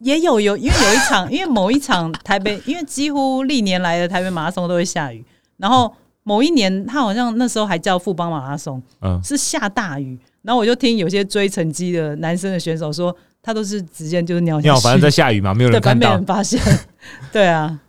Speaker 1: 也有有，因为有一场， 因为某一场台北，因为几乎历年来的台北马拉松都会下雨，然后某一年他好像那时候还叫富邦马拉松，
Speaker 2: 嗯，
Speaker 1: 是下大雨，然后我就听有些追成绩的男生的选手说，他都是直接就是尿下去
Speaker 2: 尿反正在下雨嘛，没有
Speaker 1: 哦对，
Speaker 2: 人
Speaker 1: 反正
Speaker 2: 看
Speaker 1: 没
Speaker 2: 到
Speaker 1: 人。发现， 对啊。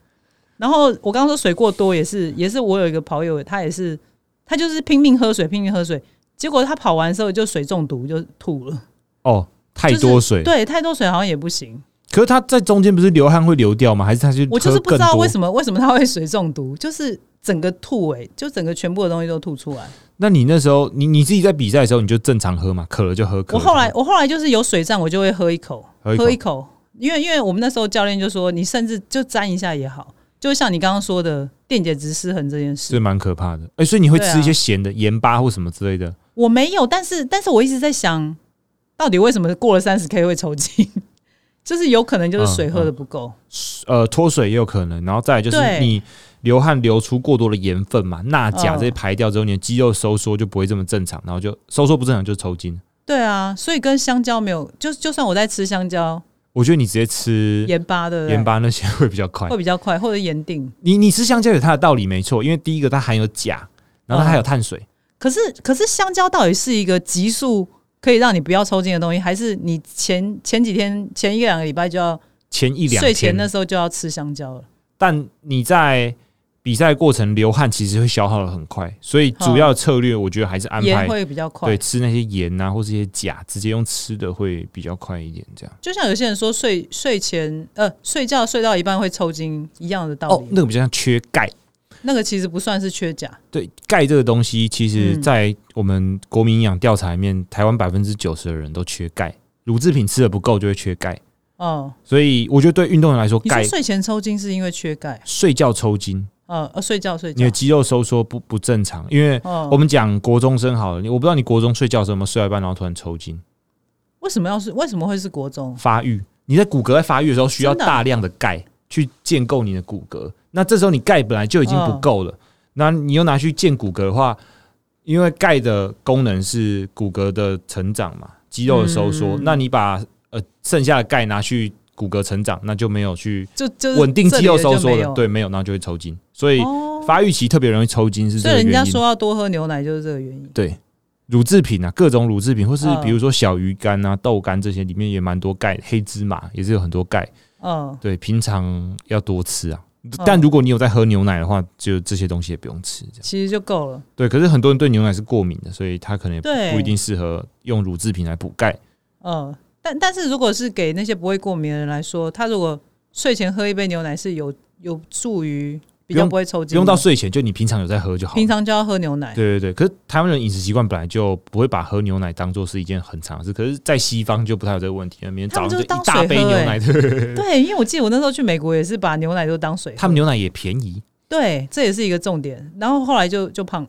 Speaker 1: 然后我刚刚说水过多也是，也是我有一个朋友，他也是，他就是拼命喝水，拼命喝水，结果他跑完的时候就水中毒，就吐了。
Speaker 2: 哦，太多水。
Speaker 1: 对，太多水好像也不行。
Speaker 2: 可是他在中间不是流汗会流掉吗？还是他就
Speaker 1: 我就是
Speaker 2: 喝
Speaker 1: 不知
Speaker 2: 更
Speaker 1: 道
Speaker 2: 多
Speaker 1: 为什么为什么他会水中毒，就是整个吐哎、就整个全部的东西都吐出来。
Speaker 2: 那你那时候你你自己在比赛的时候你就正常喝嘛，渴了就喝。渴
Speaker 1: 我
Speaker 2: 了
Speaker 1: 后来
Speaker 2: 就
Speaker 1: 我后来就是有水站，我就会喝一口，
Speaker 2: 喝一口
Speaker 1: 喝一口，因为因为我们那时候教练就说，你甚至就沾一下也好，就像你刚刚说的电解质失衡这件
Speaker 2: 是
Speaker 1: 事，
Speaker 2: 蛮可怕的。哎、所以你会
Speaker 1: 对啊
Speaker 2: 吃一些咸的、盐巴或什么之类的。
Speaker 1: 我没有，但是但是我一直在想，到底为什么过了三十 K 会抽筋？ 就是有可能就是水
Speaker 2: 嗯
Speaker 1: 喝的不够，
Speaker 2: 呃脱水也有可能，然后再来就是
Speaker 1: 对
Speaker 2: 你流汗流出过多的盐分嘛，钠钾
Speaker 1: 嗯
Speaker 2: 这些排掉之后，你的肌肉收缩就不会这么正常，然后就收缩不正常就抽筋。
Speaker 1: 对啊，所以跟香蕉没有，就就算我在吃香蕉，
Speaker 2: 我觉得你直接吃
Speaker 1: 盐巴的
Speaker 2: 盐巴那些会比较快
Speaker 1: 会。比较快，或者盐定。
Speaker 2: 你你吃香蕉有它的道理没错，因为第一个它含有钾，然后它还有碳水，
Speaker 1: 可是，可是香蕉到底是一个急速可以让你不要抽筋的东西，还是你前前几天、前一个两个礼拜就要
Speaker 2: 前一两
Speaker 1: 睡前那
Speaker 2: 天，
Speaker 1: 时候就要吃香蕉了？
Speaker 2: 但你在比赛过程流汗其实会消耗的很快，所以主要策略我觉得还是安
Speaker 1: 盐
Speaker 2: 排
Speaker 1: 会比较快
Speaker 2: 对。吃那些盐啊或这些钾，直接用吃的会比较快一点这样。
Speaker 1: 就像有些人说睡睡前呃睡觉睡到一半会抽筋一样的道
Speaker 2: 哦，
Speaker 1: 理，
Speaker 2: 那个比较像缺钙。
Speaker 1: 那个其实不算是缺钾。
Speaker 2: 对钙这个东西，其实
Speaker 1: 嗯
Speaker 2: 在我们国民营养调查里面，台湾百分之九十的人都缺钙，乳制品吃的不够就会缺钙，
Speaker 1: 哦、
Speaker 2: 所以我觉得对运动员来说，
Speaker 1: 你说
Speaker 2: 钙
Speaker 1: 睡前抽筋是因为缺钙？
Speaker 2: 睡觉抽筋，
Speaker 1: 呃呃，睡觉睡
Speaker 2: 你
Speaker 1: 觉
Speaker 2: 的。肌肉收缩不不正常，因为
Speaker 1: 哦、
Speaker 2: 我们讲国中生好了，你我不知道你国中睡觉的时候有没有睡到一半然后突然抽筋，
Speaker 1: 为什么要是为什么会是国中？
Speaker 2: 发育，你在骨骼在发育的时候需要
Speaker 1: 真的啊
Speaker 2: 大量的钙去建构
Speaker 1: 嗯
Speaker 2: 你的骨骼，那这时候你钙本来就已经不够了，那你又拿去建骨骼的话，因为钙的功能是骨骼的成长嘛，肌肉的收缩。
Speaker 1: 嗯
Speaker 2: 那你把呃剩下的钙拿去骨骼成长，那就没有去
Speaker 1: 就就是
Speaker 2: 稳定肌肉收
Speaker 1: 这
Speaker 2: 缩
Speaker 1: 里就，没
Speaker 2: 的
Speaker 1: 有，
Speaker 2: 对，没有，那就会抽筋。所以
Speaker 1: 哦
Speaker 2: 发育期特别容易抽筋是这
Speaker 1: 所以
Speaker 2: 个
Speaker 1: 人家
Speaker 2: 原因
Speaker 1: 说。要多喝牛奶就是这个原因。
Speaker 2: 对，乳制品啊，各种乳制品，或是
Speaker 1: 嗯
Speaker 2: 比如说小鱼干啊、豆干这些，里面也蛮多钙，黑芝麻也是有很多钙。
Speaker 1: 嗯，
Speaker 2: 对，平常要多吃啊。但如果你有在喝牛奶的话，就这些东西也不用吃。这样
Speaker 1: 其实就够了。
Speaker 2: 对，可是很多人对牛奶是过敏的，所以他可能也
Speaker 1: 对
Speaker 2: 不不一定适合用乳制品来补钙。
Speaker 1: 嗯，但但是如果是给那些不会过敏的人来说，他如果睡前喝一杯牛奶是有有助于比
Speaker 2: 不
Speaker 1: 较
Speaker 2: 用
Speaker 1: 不会抽
Speaker 2: 不
Speaker 1: 筋的，
Speaker 2: 用到睡前，就你平常有在喝就好了。
Speaker 1: 平常就要喝牛奶。
Speaker 2: 对对对，可是台湾人饮食习惯本来就不会把喝牛奶当做是一件很常的事，可是，在西方就不太有这个问题了。每天
Speaker 1: 他
Speaker 2: 早
Speaker 1: 们
Speaker 2: 上
Speaker 1: 就
Speaker 2: 就
Speaker 1: 是当
Speaker 2: 一大杯
Speaker 1: 水喝欸
Speaker 2: 牛奶，对对对
Speaker 1: 对，因为我记得我那时候去美国也是把牛奶都当水喝，
Speaker 2: 他们牛奶也便宜，
Speaker 1: 对，这也是一个重点。然后后来就就胖，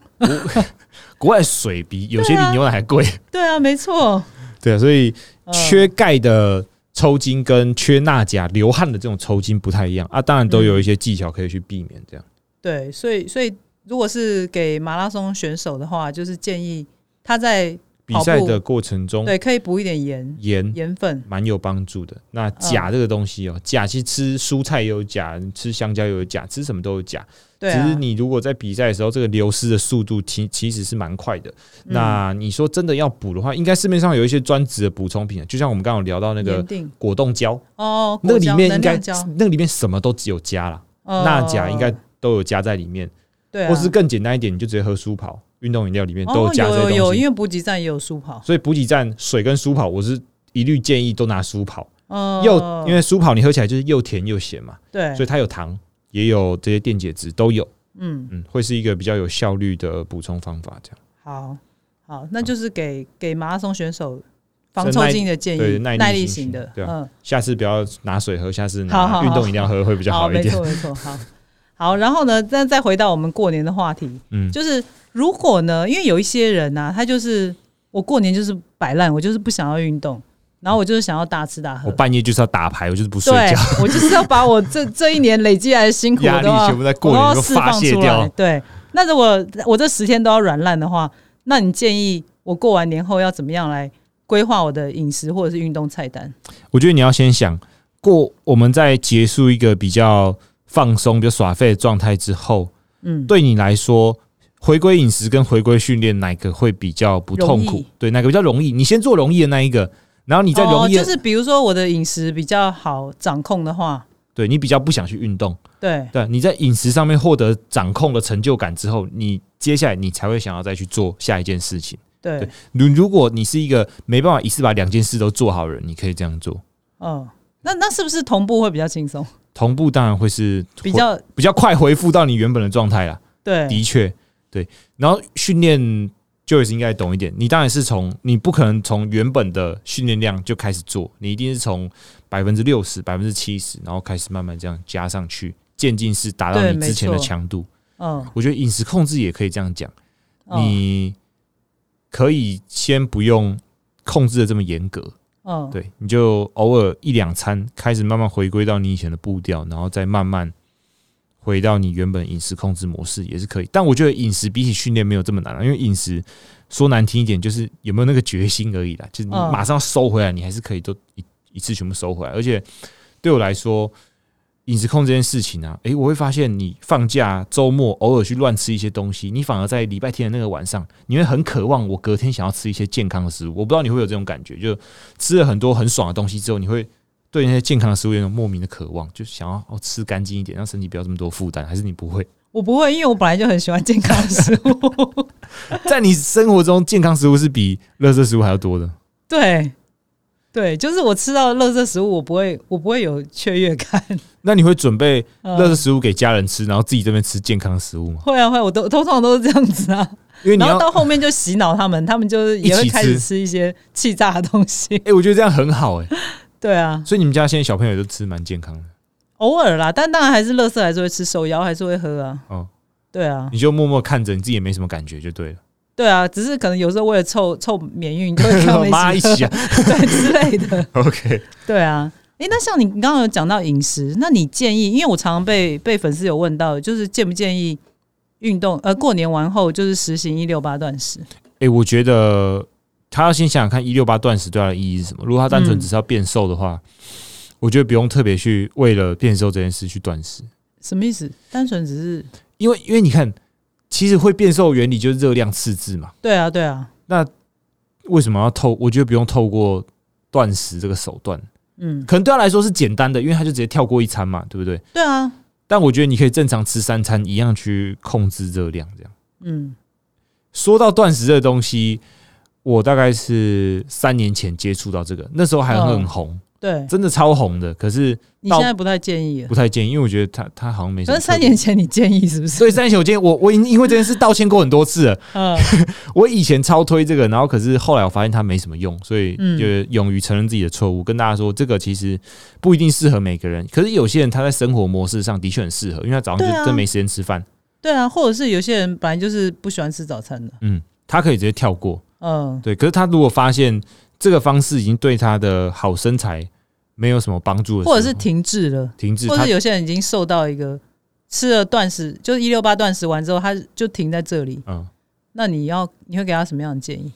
Speaker 2: 国外水比有些
Speaker 1: 对
Speaker 2: 比
Speaker 1: 啊
Speaker 2: 牛奶还贵。
Speaker 1: 对啊，没错，
Speaker 2: 对啊，所以
Speaker 1: 嗯
Speaker 2: 缺钙的抽筋跟缺钠钾流汗的这种抽筋不太一样啊，当然都有一些技巧可以去避免
Speaker 1: 嗯
Speaker 2: 这样。
Speaker 1: 对，所以所以如果是给马拉松选手的话，就是建议他在
Speaker 2: 比赛的过程中，嗯
Speaker 1: 对可以补一点盐
Speaker 2: 盐
Speaker 1: 盐分，
Speaker 2: 蛮有帮助的。那
Speaker 1: 嗯
Speaker 2: 钾这个东西哦，钾其实吃蔬菜也有钾，吃香蕉也有钾，吃什么都有钾。
Speaker 1: 对
Speaker 2: 只是
Speaker 1: 啊，
Speaker 2: 你如果在比赛的时候，这个流失的速度其其实是蛮快的。
Speaker 1: 嗯
Speaker 2: 那你说真的要补的话，应该市面上有一些专职的补充品，啊就像我们刚刚有聊到那
Speaker 1: 盐
Speaker 2: 个
Speaker 1: 定
Speaker 2: 果冻胶，
Speaker 1: 哦，
Speaker 2: 那个
Speaker 1: 果
Speaker 2: 里
Speaker 1: 胶
Speaker 2: 面
Speaker 1: 能
Speaker 2: 应该
Speaker 1: 量胶
Speaker 2: 那个里面什么都只有加啦。钠钾应该
Speaker 1: 呃
Speaker 2: 都有加在里面，
Speaker 1: 对啊，
Speaker 2: 或是更简单一点，你就直接喝舒跑，运动饮料里面都
Speaker 1: 哦
Speaker 2: 加这
Speaker 1: 有
Speaker 2: 些
Speaker 1: 有
Speaker 2: 东
Speaker 1: 有，
Speaker 2: 西。
Speaker 1: 因为补给站也有速跑，
Speaker 2: 所以补给站水跟舒跑，我是一律建议都拿舒跑，
Speaker 1: 嗯，
Speaker 2: 又因为舒跑你喝起来就是又甜又咸嘛，
Speaker 1: 对，
Speaker 2: 所以它有糖，也有这些电解质都有，
Speaker 1: 嗯，
Speaker 2: 嗯，会是一个比较有效率的补充方法。这样
Speaker 1: 好好，那就是给给马拉松选手防
Speaker 2: 是
Speaker 1: 抽
Speaker 2: 嗯耐
Speaker 1: 筋的建
Speaker 2: 对
Speaker 1: 议，
Speaker 2: 耐力
Speaker 1: 耐力
Speaker 2: 型
Speaker 1: 型
Speaker 2: 的
Speaker 1: 的，
Speaker 2: 对啊
Speaker 1: 嗯。
Speaker 2: 下次不要拿水喝，下次
Speaker 1: 好好
Speaker 2: 拿
Speaker 1: 好
Speaker 2: 运动饮料喝会比较好一
Speaker 1: 没
Speaker 2: 点。
Speaker 1: 错没错，好好。然后呢，再再回到我们过年的话题，
Speaker 2: 嗯，
Speaker 1: 就是如果呢，因为有一些人呢、他就是我过年就是摆烂，我就是不想要运动，然后我就是想要大吃大喝。
Speaker 2: 我半夜就是要打牌，我就是不睡
Speaker 1: 对
Speaker 2: 觉，，
Speaker 1: 我就是要把我这这一年累积来的辛苦
Speaker 2: 压力
Speaker 1: 都要
Speaker 2: 全部在过年
Speaker 1: 我
Speaker 2: 就
Speaker 1: 都释
Speaker 2: 发
Speaker 1: 放
Speaker 2: 泄
Speaker 1: 出
Speaker 2: 掉
Speaker 1: 来。。对，那如果我这十天都要软烂的话，那你建议我过完年后要怎么样来规划我的饮食或者是运动菜单？
Speaker 2: 我觉得你要先想过，我们在结束一个比较放松、比较耍废的状态之后，
Speaker 1: 嗯，
Speaker 2: 对你来说，回归饮食跟回归训练哪个会比较不痛
Speaker 1: 容
Speaker 2: 苦
Speaker 1: 易？
Speaker 2: 对，哪个比较容易？你先做容易的那一个，然后你再容
Speaker 1: 哦，
Speaker 2: 易的，
Speaker 1: 就是比如说我的饮食比较好掌控的话，
Speaker 2: 对你比较不想去运动，
Speaker 1: 对，
Speaker 2: 对，你在饮食上面获得掌控的成就感之后，你接下来你才会想要再去做下一件事情。
Speaker 1: 对，
Speaker 2: 对如如果你是一个没办法一次把两件事都做好的人，你可以这样做。
Speaker 1: 嗯，那那是不是同步会比较轻松，
Speaker 2: 同步当然会是
Speaker 1: 比较
Speaker 2: 比较快恢复到你原本的状态啦。
Speaker 1: 对
Speaker 2: 的确，对。然后训练 Joyce 应该懂一点，你当然是从你不可能从原本的训练量就开始做，你一定是从百分之六十、百分之七十，然后开始慢慢这样加上去，渐进式达到
Speaker 1: 对
Speaker 2: 你之前的
Speaker 1: 没错
Speaker 2: 强度。
Speaker 1: 嗯，
Speaker 2: 我觉得饮食控制也可以这样讲，
Speaker 1: 嗯
Speaker 2: 你可以先不用控制的这么严格，
Speaker 1: 嗯
Speaker 2: 对，你就偶尔一两餐开始慢慢回归到你以前的步调，然后再慢慢回到你原本饮食控制模式也是可以。但我觉得饮食比起训练没有这么难了、啊因为饮食说难听一点，就是有没有那个决心而已啦。就是你
Speaker 1: 嗯
Speaker 2: 马上收回来，你还是可以都一一次全部收回来。而且对我来说，饮食控制这件事情啊，诶、我会发现你放假、周末偶尔去乱吃一些东西，你反而在礼拜天的那个晚上，你会很渴望我隔天想要吃一些健康的食物。我不知道你会有这种感觉，就吃了很多很爽的东西之后，你会对那些健康的食物有一种莫名的渴望，就想要哦吃干净一点，让身体不要这么多负担。还是你不会
Speaker 1: 我不会，因为我本来就很喜欢健康的食物，
Speaker 2: 在你生活中，健康食物是比垃圾食物还要多的。
Speaker 1: 对对，就是我吃到垃圾食物，我不会，我不会有雀跃感，
Speaker 2: 那你会准备
Speaker 1: 嗯
Speaker 2: 垃圾食物给家人吃，然后自己这边吃健康的食物吗？
Speaker 1: 会啊会啊，我都通常都是这样子啊，
Speaker 2: 因为你
Speaker 1: 然后
Speaker 2: 要，
Speaker 1: 到后面就洗脑他们，他们就是也
Speaker 2: 一
Speaker 1: 会
Speaker 2: 起
Speaker 1: 开始
Speaker 2: 吃
Speaker 1: 吃一些气炸的东西，
Speaker 2: 哎、我觉得这样很好哎、
Speaker 1: 对啊，
Speaker 2: 所以你们家现在小朋友都吃蛮健康的
Speaker 1: 偶尔啦，但当然还是垃圾还是会吃，手摇还是会喝啊，
Speaker 2: 哦。
Speaker 1: 对啊，
Speaker 2: 你就默默看着，你自己也没什么感觉就对了。
Speaker 1: 对啊，只是可能有时候为了凑凑免运，就会跟他们
Speaker 2: 妈一
Speaker 1: 喝
Speaker 2: 起啊
Speaker 1: 对之类的。
Speaker 2: ，OK，
Speaker 1: 对啊，诶，那像你刚刚有讲到饮食，那你建议，因为我常常被被粉丝有问到，就是建不建议运动，呃，过年完后就是实行一六八断食。
Speaker 2: 哎、我觉得他要先想想看一六八断食对他的意义是什么。如果他单纯
Speaker 1: 嗯
Speaker 2: 只是要变瘦的话，我觉得不用特别去为了变瘦这件事去断食，
Speaker 1: 什么意思？单纯只是
Speaker 2: 因为因为你看，其实会变瘦的原理就是热量赤字嘛。
Speaker 1: 对啊，对啊，
Speaker 2: 为什么要透？我觉得不用透过断食这个手段，
Speaker 1: 嗯，
Speaker 2: 可能对他来说是简单的，因为他就直接跳过一餐嘛，对不对？
Speaker 1: 对啊，
Speaker 2: 但我觉得你可以正常吃三餐，一样去控制热量。这样
Speaker 1: 嗯
Speaker 2: 说到断食这个东西，我大概是三年前接触到这个，那时候还很
Speaker 1: 嗯
Speaker 2: 红，
Speaker 1: 对，
Speaker 2: 真的超红的。可是
Speaker 1: 你
Speaker 2: 到
Speaker 1: 现在不太建议了。
Speaker 2: 不太建议，因为我觉得他他好像没什
Speaker 1: 可
Speaker 2: 么
Speaker 1: 是
Speaker 2: 特别。
Speaker 1: 三年前你建议是不是？
Speaker 2: 所以三年前我建议我我已经因为这件事道歉过很多次了。
Speaker 1: 嗯，
Speaker 2: 我以前超推这个，然后可是后来我发现它没什么用，所以
Speaker 1: 嗯
Speaker 2: 就是勇于承认自己的错误，跟大家说这个其实不一定适合每个人。可是有些人他在生活模式上的确很适合，因为他早上
Speaker 1: 对
Speaker 2: 就
Speaker 1: 啊
Speaker 2: 真没时间吃饭，
Speaker 1: 对啊，或者是有些人本来就是不喜欢吃早餐的，
Speaker 2: 嗯，他可以直接跳过。
Speaker 1: 嗯，
Speaker 2: 对，可是他如果发现这个方式已经对他的好身材没有什么帮助的时候，
Speaker 1: 或者是停滞了，
Speaker 2: 停滞，
Speaker 1: 或者
Speaker 2: 哦他
Speaker 1: 是有些人已经受到一个吃了断食，就是一六八断食完之后，他就停在这里。
Speaker 2: 嗯，
Speaker 1: 那你要你会给他什么样的建议？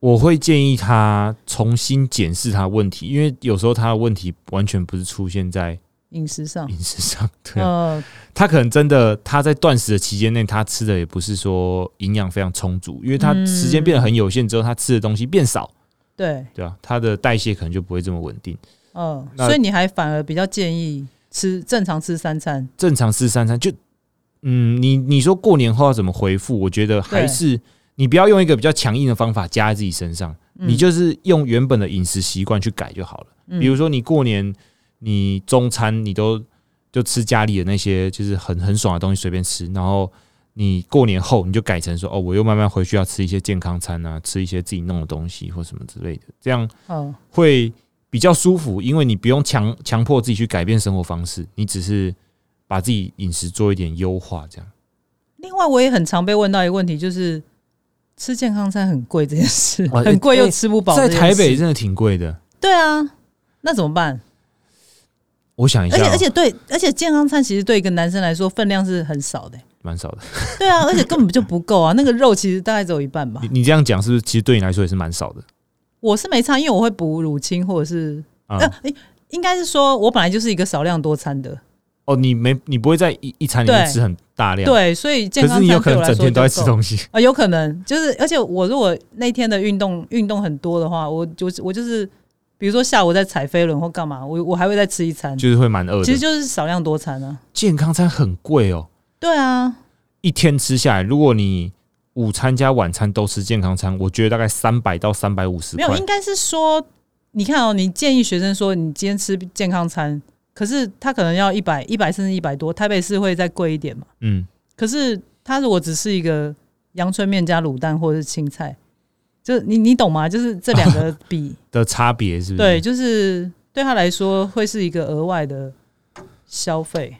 Speaker 2: 我会建议他重新检视他的问题，因为有时候他的问题完全不是出现在
Speaker 1: 饮食上，
Speaker 2: 饮食上，对啊、
Speaker 1: 嗯
Speaker 2: 他可能真的他在断食的期间内，他吃的也不是说营养非常充足，因为他
Speaker 1: 嗯
Speaker 2: 时间变得很有限之后，他吃的东西变少，
Speaker 1: 对，
Speaker 2: 对吧、他的代谢可能就不会这么稳定。
Speaker 1: 嗯，
Speaker 2: 那
Speaker 1: 所以你还反而比较建议吃正常吃三餐，
Speaker 2: 正常吃三餐就，嗯，你你说过年后要怎么回复？我觉得还
Speaker 1: 对
Speaker 2: 是你不要用一个比较强硬的方法加在自己身上，
Speaker 1: 嗯
Speaker 2: 你就是用原本的饮食习惯去改就好了。比如说你过年，你中餐你都就吃家里的那些就是很很爽的东西随便吃，然后你过年后你就改成说哦，我又慢慢回去要吃一些健康餐啊，吃一些自己弄的东西或什么之类的，这样
Speaker 1: 嗯
Speaker 2: 会比较舒服，因为你不用强强迫自己去改变生活方式，你只是把自己饮食做一点优化，这样。
Speaker 1: 另外，我也很常被问到一个问题，就是吃健康餐很贵这件事，
Speaker 2: 哦
Speaker 1: 很贵
Speaker 2: 哎
Speaker 1: 又吃不饱、
Speaker 2: 在台北，真的挺贵的，
Speaker 1: 对啊，那怎么办？
Speaker 2: 我想一
Speaker 1: 而且
Speaker 2: 下哦，
Speaker 1: 而且对，而且健康餐其实对一个男生来说分量是很少的、
Speaker 2: 蛮少的。
Speaker 1: 对啊， 而且根本就不够啊，那个肉其实大概只有一半吧
Speaker 2: 你。你这样讲是不是其实对你来说也是蛮少的
Speaker 1: 我是没差，因为我会补乳清或者是
Speaker 2: 啊？
Speaker 1: 呃，诶应该是说我本来就是一个少量多餐的，
Speaker 2: 哦，你没你不会在一一餐里面
Speaker 1: 对
Speaker 2: 吃很大量，，
Speaker 1: 对，所以健
Speaker 2: 可
Speaker 1: 康
Speaker 2: 是
Speaker 1: 餐
Speaker 2: 你有可
Speaker 1: 对我
Speaker 2: 能
Speaker 1: 来
Speaker 2: 整
Speaker 1: 说
Speaker 2: 天都在
Speaker 1: 就
Speaker 2: 吃
Speaker 1: 够。
Speaker 2: 东西。
Speaker 1: 啊、有可能就是，而且我如果那天的运动运动很多的话，我就是我就是，比如说下午在踩飞轮或干嘛，我我还会再吃一餐，
Speaker 2: 就是会蛮饿
Speaker 1: 其实
Speaker 2: 的，
Speaker 1: 就是少量多餐啊。
Speaker 2: 健康餐很贵哦，
Speaker 1: 对啊，
Speaker 2: 一天吃下来，如果你午餐加晚餐都吃健康餐，我觉得大概三百到三百五十
Speaker 1: 没有，
Speaker 2: 块
Speaker 1: 应，该是说，你看哦，你建议学生说你今天吃健康餐，可是他可能要一百一百甚至一百多，台北市会再贵一点嘛。
Speaker 2: 嗯，
Speaker 1: 可是他如果只是一个阳春面加卤蛋或者是青菜，就你你懂吗？就是这两个比，
Speaker 2: 的差别是不是？
Speaker 1: 对，，就是对他来说会是一个额外的消费，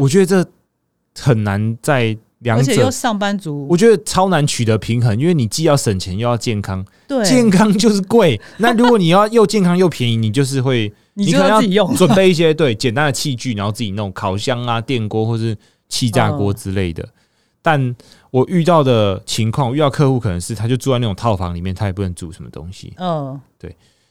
Speaker 2: 我觉得这很难在两
Speaker 1: 而且又
Speaker 2: 者，
Speaker 1: 上班族
Speaker 2: 我，觉得超难取得平衡，因为你既要省钱又要健康，健
Speaker 1: 对，
Speaker 2: 康就是贵，那如果你要又健康又便宜，你就是会
Speaker 1: 你
Speaker 2: 可
Speaker 1: 就
Speaker 2: 能
Speaker 1: 要
Speaker 2: 要
Speaker 1: 自己用，
Speaker 2: 准备一些对简单的器具，然后自己弄烤箱啊、电锅或是气炸锅
Speaker 1: 嗯
Speaker 2: 之类的。但我遇到的情况，遇到客户可能是他就住在那种套房里面，他也不能煮什么东西，
Speaker 1: 嗯，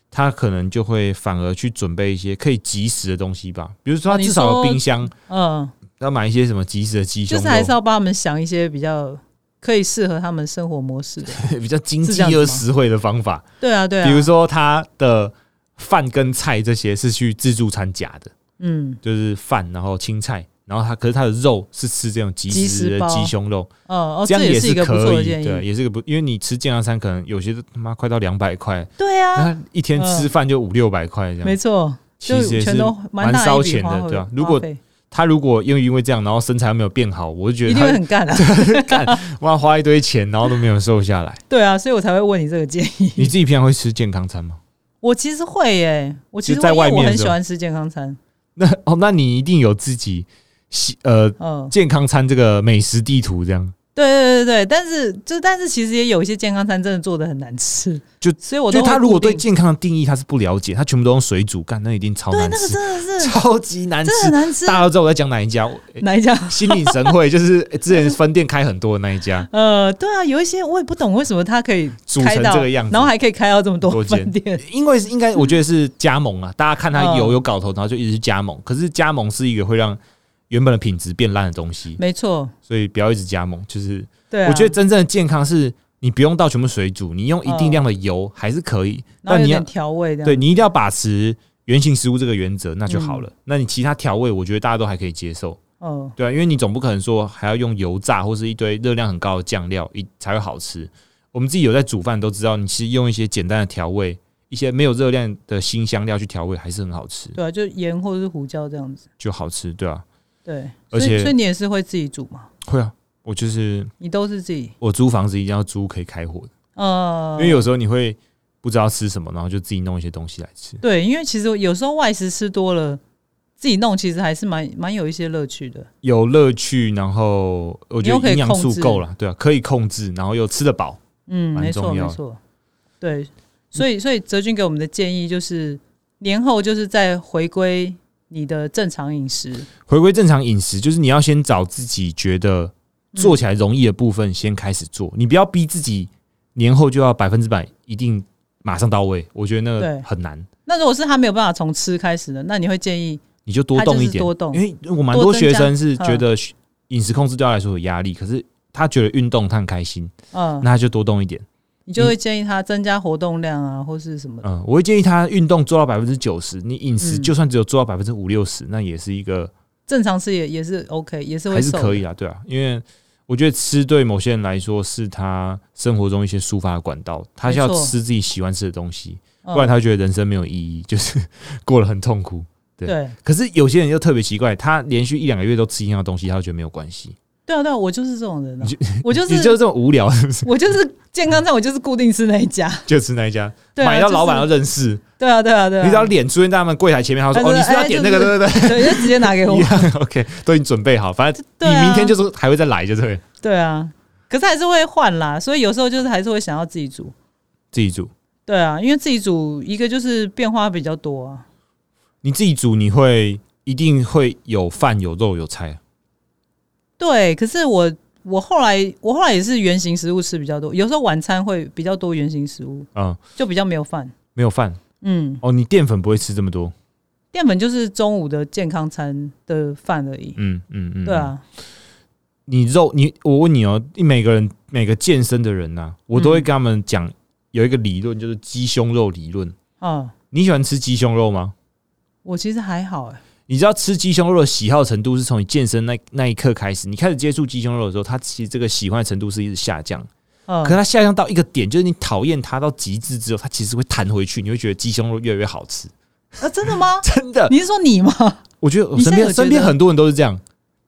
Speaker 2: 他可能就会反而去准备一些可以即食的东西吧，比如说
Speaker 1: 哦
Speaker 2: 他
Speaker 1: 你
Speaker 2: 至少有
Speaker 1: 说
Speaker 2: 冰箱，
Speaker 1: 嗯，
Speaker 2: 要买一些什么即食的鸡
Speaker 1: 就
Speaker 2: 胸
Speaker 1: 是还是
Speaker 2: 肉，
Speaker 1: 要帮他们想一些比较可以适合他们生活模式的。
Speaker 2: 比较经
Speaker 1: 是
Speaker 2: 济
Speaker 1: 这样子吗
Speaker 2: 又实惠的方法。
Speaker 1: 对啊，对啊，
Speaker 2: 比如说他的饭跟菜这些是去自助餐夹的，
Speaker 1: 嗯
Speaker 2: 就是饭然后青菜，然后他可是他的肉是吃这种即
Speaker 1: 即
Speaker 2: 食
Speaker 1: 食
Speaker 2: 的
Speaker 1: 包
Speaker 2: 鸡胸肉。
Speaker 1: 哦哦，
Speaker 2: 这样
Speaker 1: 也是
Speaker 2: 是
Speaker 1: 一个不错
Speaker 2: 可
Speaker 1: 的
Speaker 2: 以，
Speaker 1: 建议。
Speaker 2: 对，也是一个不，因为你吃健康餐可能有些都他妈快到两百块，
Speaker 1: 对啊，
Speaker 2: 那一天吃饭就五六百块这
Speaker 1: 没
Speaker 2: 样，
Speaker 1: 错，
Speaker 2: 其
Speaker 1: 就
Speaker 2: 实也
Speaker 1: 全
Speaker 2: 是
Speaker 1: 都
Speaker 2: 蛮
Speaker 1: 大
Speaker 2: 烧
Speaker 1: 一笔
Speaker 2: 钱
Speaker 1: 花
Speaker 2: 的，
Speaker 1: 费
Speaker 2: 对吧、
Speaker 1: 花
Speaker 2: 如果
Speaker 1: 费
Speaker 2: 他如果因为因为这样，然后身材又没有变好，我就觉
Speaker 1: 一定会
Speaker 2: 得
Speaker 1: 很干啊，
Speaker 2: 他干哇花一堆钱，然后都没有瘦下来。
Speaker 1: 对啊，所以我才会问你这个建
Speaker 2: 你
Speaker 1: 议。
Speaker 2: 自己平常会吃健康餐吗？
Speaker 1: 我其实会耶、我其实
Speaker 2: 就在
Speaker 1: 会因
Speaker 2: 外
Speaker 1: 为我
Speaker 2: 面
Speaker 1: 很
Speaker 2: 是吧
Speaker 1: 喜欢吃健康餐，
Speaker 2: 那哦，那你一定有自己喜呃
Speaker 1: 嗯，
Speaker 2: 健康餐这个美食地图这样。
Speaker 1: 对对对对，但是就但是其实也有一些健康餐真的做的很难吃，
Speaker 2: 就
Speaker 1: 所以我
Speaker 2: 就
Speaker 1: 都
Speaker 2: 他
Speaker 1: 会
Speaker 2: 如果
Speaker 1: 固
Speaker 2: 对
Speaker 1: 定
Speaker 2: 健康的定义他是不了解，他全部都用水煮干，那一定超
Speaker 1: 对
Speaker 2: 难
Speaker 1: 那个
Speaker 2: 吃，
Speaker 1: 真的是
Speaker 2: 超级难吃
Speaker 1: 真的。很难吃，
Speaker 2: 大家都知道我在讲哪一家，我欸
Speaker 1: 哪一家？
Speaker 2: 心领神会，就是欸之前分店开很多的那一家，
Speaker 1: 呃，对啊，有一些我也不懂为什么它可以
Speaker 2: 煮
Speaker 1: 开
Speaker 2: 成
Speaker 1: 到
Speaker 2: 这个样子
Speaker 1: 然后还可以开到这么多
Speaker 2: 多
Speaker 1: 分
Speaker 2: 间
Speaker 1: 店。
Speaker 2: 因为是应该我觉得是加盟啊，大家看他有
Speaker 1: 嗯
Speaker 2: 有搞头，然后就一直加盟。可是加盟是一个会让原本的品质变烂的东西，
Speaker 1: 没错，
Speaker 2: 所以不要一直加盟。就是
Speaker 1: 对、啊，
Speaker 2: 我觉得真正的健康是你不用到全部水煮，你用一定量的油
Speaker 1: 嗯
Speaker 2: 还是可以，
Speaker 1: 然后
Speaker 2: 但
Speaker 1: 有
Speaker 2: 你要
Speaker 1: 点调味的，
Speaker 2: 对你一定要把持原型食物这个原则，那就好了。那你其他调味，我觉得大家都还可以接受，
Speaker 1: 嗯，
Speaker 2: 对啊，因为你总不可能说还要用油炸或是一堆热量很高的酱料一才会好吃。我们自己有在煮饭都知道，你其实用一些简单的调味，一些没有热量的新香料去调味，还是很好吃，
Speaker 1: 对啊，就盐或者是胡椒这样子。
Speaker 2: 就好吃，对啊，
Speaker 1: 对，所
Speaker 2: 而
Speaker 1: 以
Speaker 2: 且
Speaker 1: 所以你也是会自己煮嘛？
Speaker 2: 会啊。我就是
Speaker 1: 你都是自己，
Speaker 2: 我租房子一定要租可以开火的，
Speaker 1: 呃
Speaker 2: 因，为有时候你会不知道吃什么，然后就自己弄一些东西来吃。
Speaker 1: 对，因为其实有时候外食吃多了，自己弄其实还是蛮蛮有一些乐趣的。
Speaker 2: 有乐趣，然后我
Speaker 1: 你
Speaker 2: 觉
Speaker 1: 又可
Speaker 2: 得
Speaker 1: 以
Speaker 2: 营养
Speaker 1: 控
Speaker 2: 素
Speaker 1: 制
Speaker 2: 够了，对啊，可以控制，然后又吃得饱，
Speaker 1: 嗯，
Speaker 2: 蛮
Speaker 1: 没错
Speaker 2: 重要
Speaker 1: 没
Speaker 2: 的
Speaker 1: 错，对，所以所以哲君给我们的建议就是，年后就是再回归你的正常饮食，
Speaker 2: 回归正常饮食，就是你要先找自己觉得做起来容易的部分，先开始做。你不要逼自己年后就要百分之百一定马上到位，我觉得那
Speaker 1: 对
Speaker 2: 个很难。
Speaker 1: 那如果是他没有办法从吃开始的，那你会建议
Speaker 2: 你就多动
Speaker 1: 他
Speaker 2: 一
Speaker 1: 就是
Speaker 2: 点，
Speaker 1: 多动
Speaker 2: 因为我蛮
Speaker 1: 多
Speaker 2: 多
Speaker 1: 增加
Speaker 2: 学生是觉得
Speaker 1: 嗯
Speaker 2: 饮食控制对他来说有压力，可是他觉得运动他很开心，
Speaker 1: 嗯，
Speaker 2: 那他就多动一点。
Speaker 1: 你就会建议他增加活动量啊，或是什么的。
Speaker 2: 嗯，我会建议他运动做到百分之九十，你饮食
Speaker 1: 嗯
Speaker 2: 就算只有做到百分之五六十，那也是一个
Speaker 1: 正常吃也也是 OK，也是会
Speaker 2: 还是
Speaker 1: 瘦的，
Speaker 2: 可以啊，对啊，因为我觉得吃对某些人来说是他生活中一些抒发的管道，他是要
Speaker 1: 没错
Speaker 2: 吃自己喜欢吃的东西，
Speaker 1: 嗯。
Speaker 2: 不然他觉得人生没有意义，就是 过得很痛苦。对
Speaker 1: 对
Speaker 2: 可是有些人又特别奇怪，他连续一两个月都吃一样的东西，他就觉得没有关系，
Speaker 1: 对啊对啊，我就是这种人、啊
Speaker 2: 你就，
Speaker 1: 我就
Speaker 2: 你
Speaker 1: 是
Speaker 2: 就是这么无聊，是不是？
Speaker 1: 我就是健康餐，我就是固定吃那一家。
Speaker 2: 就吃那一家，
Speaker 1: 对啊
Speaker 2: 买到
Speaker 1: 就是
Speaker 2: 老板要认识，
Speaker 1: 对啊对啊对啊，
Speaker 2: 你只要脸出现在他们柜台前面，他说：“
Speaker 1: 哎
Speaker 2: 哦，
Speaker 1: 对
Speaker 2: 你是要
Speaker 1: 哎
Speaker 2: 点
Speaker 1: 就
Speaker 2: 那个，对对对。”
Speaker 1: 对，就直接拿给我
Speaker 2: 一。样 OK，都已 经准备好，反正
Speaker 1: 对
Speaker 2: 你
Speaker 1: 啊
Speaker 2: 明天就是还会再来，就对了，
Speaker 1: 对啊，可是还是会换啦，所以有时候就是还是会想要自己煮。
Speaker 2: 自己煮。
Speaker 1: 对啊，因为自己煮一个就是变化比较多啊。
Speaker 2: 你自己煮，你会一定会有饭、有肉、有菜。
Speaker 1: 对，可是我我后来我后来也是原型食物吃比较多，有时候晚餐会比较多原型食物，
Speaker 2: 嗯，
Speaker 1: 就比较没有饭。
Speaker 2: 没有饭
Speaker 1: 嗯，
Speaker 2: 哦，你淀粉不会吃这么多。
Speaker 1: 淀粉就是中午的健康餐的饭而已。
Speaker 2: 嗯嗯嗯，
Speaker 1: 对，啊，
Speaker 2: 你肉，你我问你哦，你每个人每个健身的人呐、我都会
Speaker 1: 嗯
Speaker 2: 跟他们讲有一个理论，就是鸡胸肉理论。
Speaker 1: 嗯，
Speaker 2: 你喜欢吃鸡胸肉吗？
Speaker 1: 我其实还好哎、
Speaker 2: 你知道吃鸡胸肉的喜好程度是从你健身那那一刻开始，你开始接触鸡胸肉的时候，它其实这个喜欢的程度是一直下降，可
Speaker 1: 嗯，
Speaker 2: 它下降到一个点，就是你讨厌它到极致之后，它其实会弹回去，你会觉得鸡胸肉越来越好吃，？
Speaker 1: 啊，真的吗
Speaker 2: 真的。
Speaker 1: 你是说你吗？
Speaker 2: 我觉得我
Speaker 1: 你现在
Speaker 2: 身
Speaker 1: 有
Speaker 2: 边
Speaker 1: 觉得
Speaker 2: 身边很多人都是这样，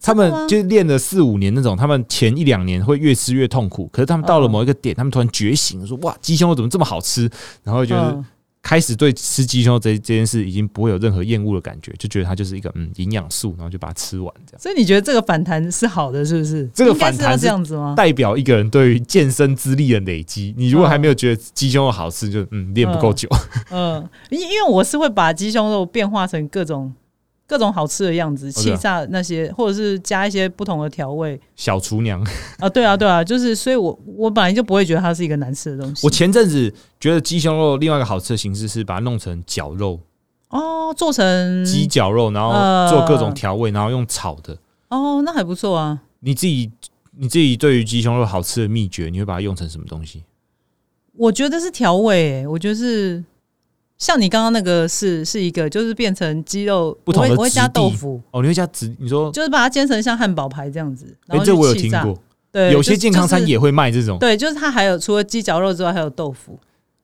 Speaker 2: 他
Speaker 1: 的吗
Speaker 2: 们就是练了四五年那种，他们前一两年会越吃越痛苦，可是他们到了
Speaker 1: 嗯
Speaker 2: 某一个点，他们突然觉醒，说哇，鸡胸肉怎么这么好吃？然后就是
Speaker 1: 嗯
Speaker 2: 开始对吃鸡胸肉这这件事已经不会有任何厌恶的感觉，就觉得它就是一个嗯营养素，然后就把它吃完，这样
Speaker 1: 所以你觉得这个反弹是好的，是不是？
Speaker 2: 这个
Speaker 1: 应该
Speaker 2: 反弹
Speaker 1: 是要
Speaker 2: 是
Speaker 1: 这样子吗？
Speaker 2: 代表一个人对于健身资历的累积。你如果还没有觉得鸡胸肉好吃，就嗯练不够久。
Speaker 1: 嗯，因因为我是会把鸡胸肉变化成各种各种好吃的样子，
Speaker 2: 这
Speaker 1: 气
Speaker 2: 样
Speaker 1: 炸那些，或者是加一些不同的调味
Speaker 2: 小厨娘，
Speaker 1: 啊。对啊，对啊，就是，所以我我本来就不会觉得它是一个难吃的东西
Speaker 2: 我。前阵子觉得鸡胸肉另外一个好吃的形式是把它弄成绞肉，
Speaker 1: 哦，做成
Speaker 2: 鸡绞肉，然后做各种调味，然后用炒的。
Speaker 1: 哦，那还不错啊。
Speaker 2: 你自己你自己对于鸡胸肉好吃的秘诀，你会把它用成什么东西？
Speaker 1: 我觉得是调味、欸，我觉得是像你刚刚那个是是一个，就是变成鸡肉，
Speaker 2: 不同的
Speaker 1: 我会我会加
Speaker 2: 质地
Speaker 1: 豆腐，
Speaker 2: 哦，你会加紫？你说，
Speaker 1: 就是把它煎成像汉堡排这样子，
Speaker 2: 哎、
Speaker 1: 然后
Speaker 2: 这
Speaker 1: 去
Speaker 2: 我有
Speaker 1: 气
Speaker 2: 听
Speaker 1: 炸。
Speaker 2: 过，
Speaker 1: 对，
Speaker 2: 有
Speaker 1: 就
Speaker 2: 些健康餐、
Speaker 1: 就是
Speaker 2: 也会卖这种。
Speaker 1: 对，就是它还有除了鸡绞肉之外，还有豆腐，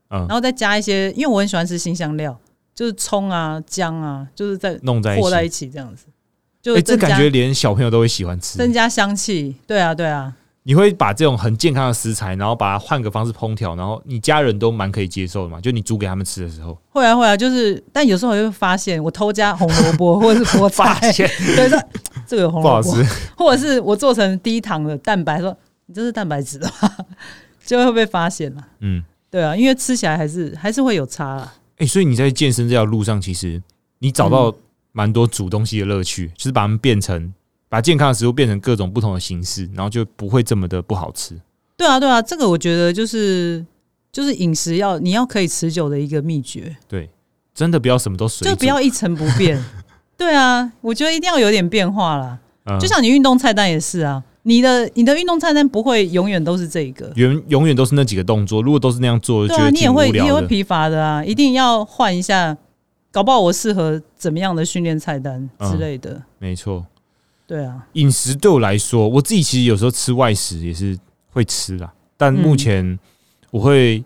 Speaker 2: 嗯
Speaker 1: 然，后再加一些，因为我很喜欢吃新香料，就是葱啊、姜啊，就是在
Speaker 2: 弄在一
Speaker 1: 和
Speaker 2: 起。
Speaker 1: 在
Speaker 2: 哎、
Speaker 1: 一起这样子，就增
Speaker 2: 这
Speaker 1: 加、
Speaker 2: 感觉连小朋友都会喜欢
Speaker 1: 增
Speaker 2: 吃。
Speaker 1: 加香气。对啊，对啊，
Speaker 2: 你会把这种很健康的食材，然后把它换个方式烹调，然后你家人都蛮可以接受的嘛？就你煮给他们吃的时候，
Speaker 1: 会啊会啊，就是但有时候我就会发现我偷加红萝卜或者是菠 菜，
Speaker 2: 现
Speaker 1: 对，说这个有红
Speaker 2: 不
Speaker 1: 萝
Speaker 2: 好
Speaker 1: 卜
Speaker 2: 吃，，
Speaker 1: 或者是我做成低糖的蛋白，说你这是蛋白质的话， 就会被发现了。
Speaker 2: 嗯，
Speaker 1: 对啊，因为吃起来还是还是会有差啦。
Speaker 2: 哎、所以你在健身这条路上，其实你
Speaker 1: 嗯
Speaker 2: 找到蛮多煮东西的乐趣，就是把它们变成把健康的食物变成各种不同的形式，然后就不会这么的不好吃。
Speaker 1: 对啊，对啊，这个我觉得就是就是饮食要你要可以持久的一个秘诀，
Speaker 2: 对，真的不要什么都随
Speaker 1: 就不要一成不 变。对啊，我觉得一定要有点变化啦。
Speaker 2: 嗯
Speaker 1: 就像你运动菜单也是啊，你的你的运动菜单不会永远都是这一个，
Speaker 2: 永永远都是那几个动作，如果都是那样做，就
Speaker 1: 对
Speaker 2: 觉
Speaker 1: 啊，
Speaker 2: 得
Speaker 1: 你也
Speaker 2: 挺
Speaker 1: 会
Speaker 2: 无
Speaker 1: 你也
Speaker 2: 聊
Speaker 1: 会
Speaker 2: 的。
Speaker 1: 疲乏的啊，一定要换一下，搞不好我适合怎么样的训练菜单之
Speaker 2: 嗯
Speaker 1: 类的。
Speaker 2: 没错，
Speaker 1: 对啊，
Speaker 2: 饮食对我来说，我自己其实有时候吃外食也是会吃啦，但目
Speaker 1: 嗯
Speaker 2: 前我会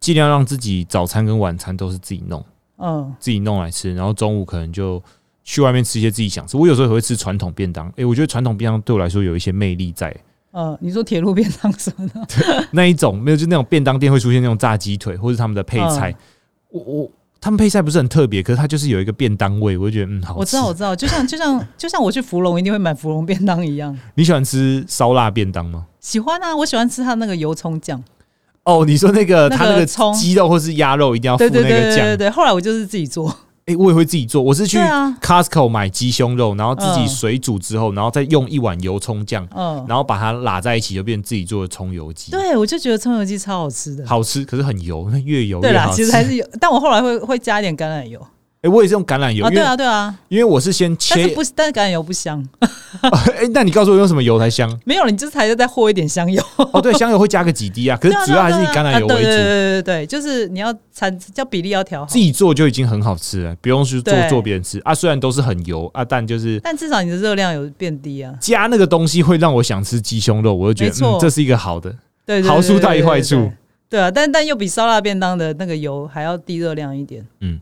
Speaker 2: 尽量让自己早餐跟晚餐都是自己弄，
Speaker 1: 嗯，
Speaker 2: 自己弄来吃，然后中午可能就去外面吃一些自己想吃。我有时候也会吃传统便当，诶、我觉得传统便当对我来说有一些魅力在
Speaker 1: 呃，你说铁路便当什么 的，
Speaker 2: 那一种，没有就那种便当店会出现那种炸鸡腿或是他们的配菜，我我他们配菜不是很特别，可是它就是有一个便当味，我就觉得嗯好吃。
Speaker 1: 我知道，我知道，就像就像就像我去芙蓉一定会买芙蓉便当一样，
Speaker 2: 你喜欢吃烧腊便当吗？
Speaker 1: 喜欢啊，我喜欢吃它那个油葱酱，
Speaker 2: 哦，你说那个
Speaker 1: 那个
Speaker 2: 它那个
Speaker 1: 葱
Speaker 2: 鸡肉或是鸭肉一定要
Speaker 1: 对
Speaker 2: 附那
Speaker 1: 对对
Speaker 2: 个
Speaker 1: 对
Speaker 2: 酱
Speaker 1: 对，对，后来我就是自己做，
Speaker 2: 诶，我也会自己做，我是去
Speaker 1: 对啊，
Speaker 2: Costco 买鸡胸肉，然后自己
Speaker 1: 嗯
Speaker 2: 水煮之后，然后再用一碗油葱酱，
Speaker 1: 嗯，
Speaker 2: 然后把它拉在一起，就变成自己做的葱油鸡。
Speaker 1: 对我就觉得葱油鸡超好吃的，
Speaker 2: 好吃，可是很油， 那越油
Speaker 1: 对
Speaker 2: 越
Speaker 1: 啦，
Speaker 2: 好
Speaker 1: 其
Speaker 2: 吃。
Speaker 1: 实还 是有，但我后来会会加一点橄榄油
Speaker 2: 哎、我也是用橄榄油，
Speaker 1: 啊，
Speaker 2: 因为、
Speaker 1: 对啊对啊，
Speaker 2: 因为我是先
Speaker 1: 但
Speaker 2: 切
Speaker 1: 是。不但是橄榄油不香，？
Speaker 2: 哎、那你告诉我用什么油才香
Speaker 1: 没有，你就是还是再和一点香油，
Speaker 2: 哦，对，香油会加个几滴啊，可是
Speaker 1: 对啊
Speaker 2: 主要还是以橄榄油为
Speaker 1: 对啊对啊对对
Speaker 2: 主。
Speaker 1: 对对对，就是你要产叫比例要调好
Speaker 2: 自，己做就已经很好吃了，不用去做
Speaker 1: 对
Speaker 2: 做别人吃啊。虽然都是很油啊，但就是
Speaker 1: 但至少你的热量有变低啊，
Speaker 2: 加那个东西会让我想吃鸡胸肉，我就
Speaker 1: 没
Speaker 2: 觉得
Speaker 1: 错
Speaker 2: 嗯，这是一个好的。
Speaker 1: 对，对
Speaker 2: 好处大于坏。
Speaker 1: 对对对对
Speaker 2: 处
Speaker 1: 对对啊，但但又比烧腊便当的那个油还要低热量一点。
Speaker 2: 嗯，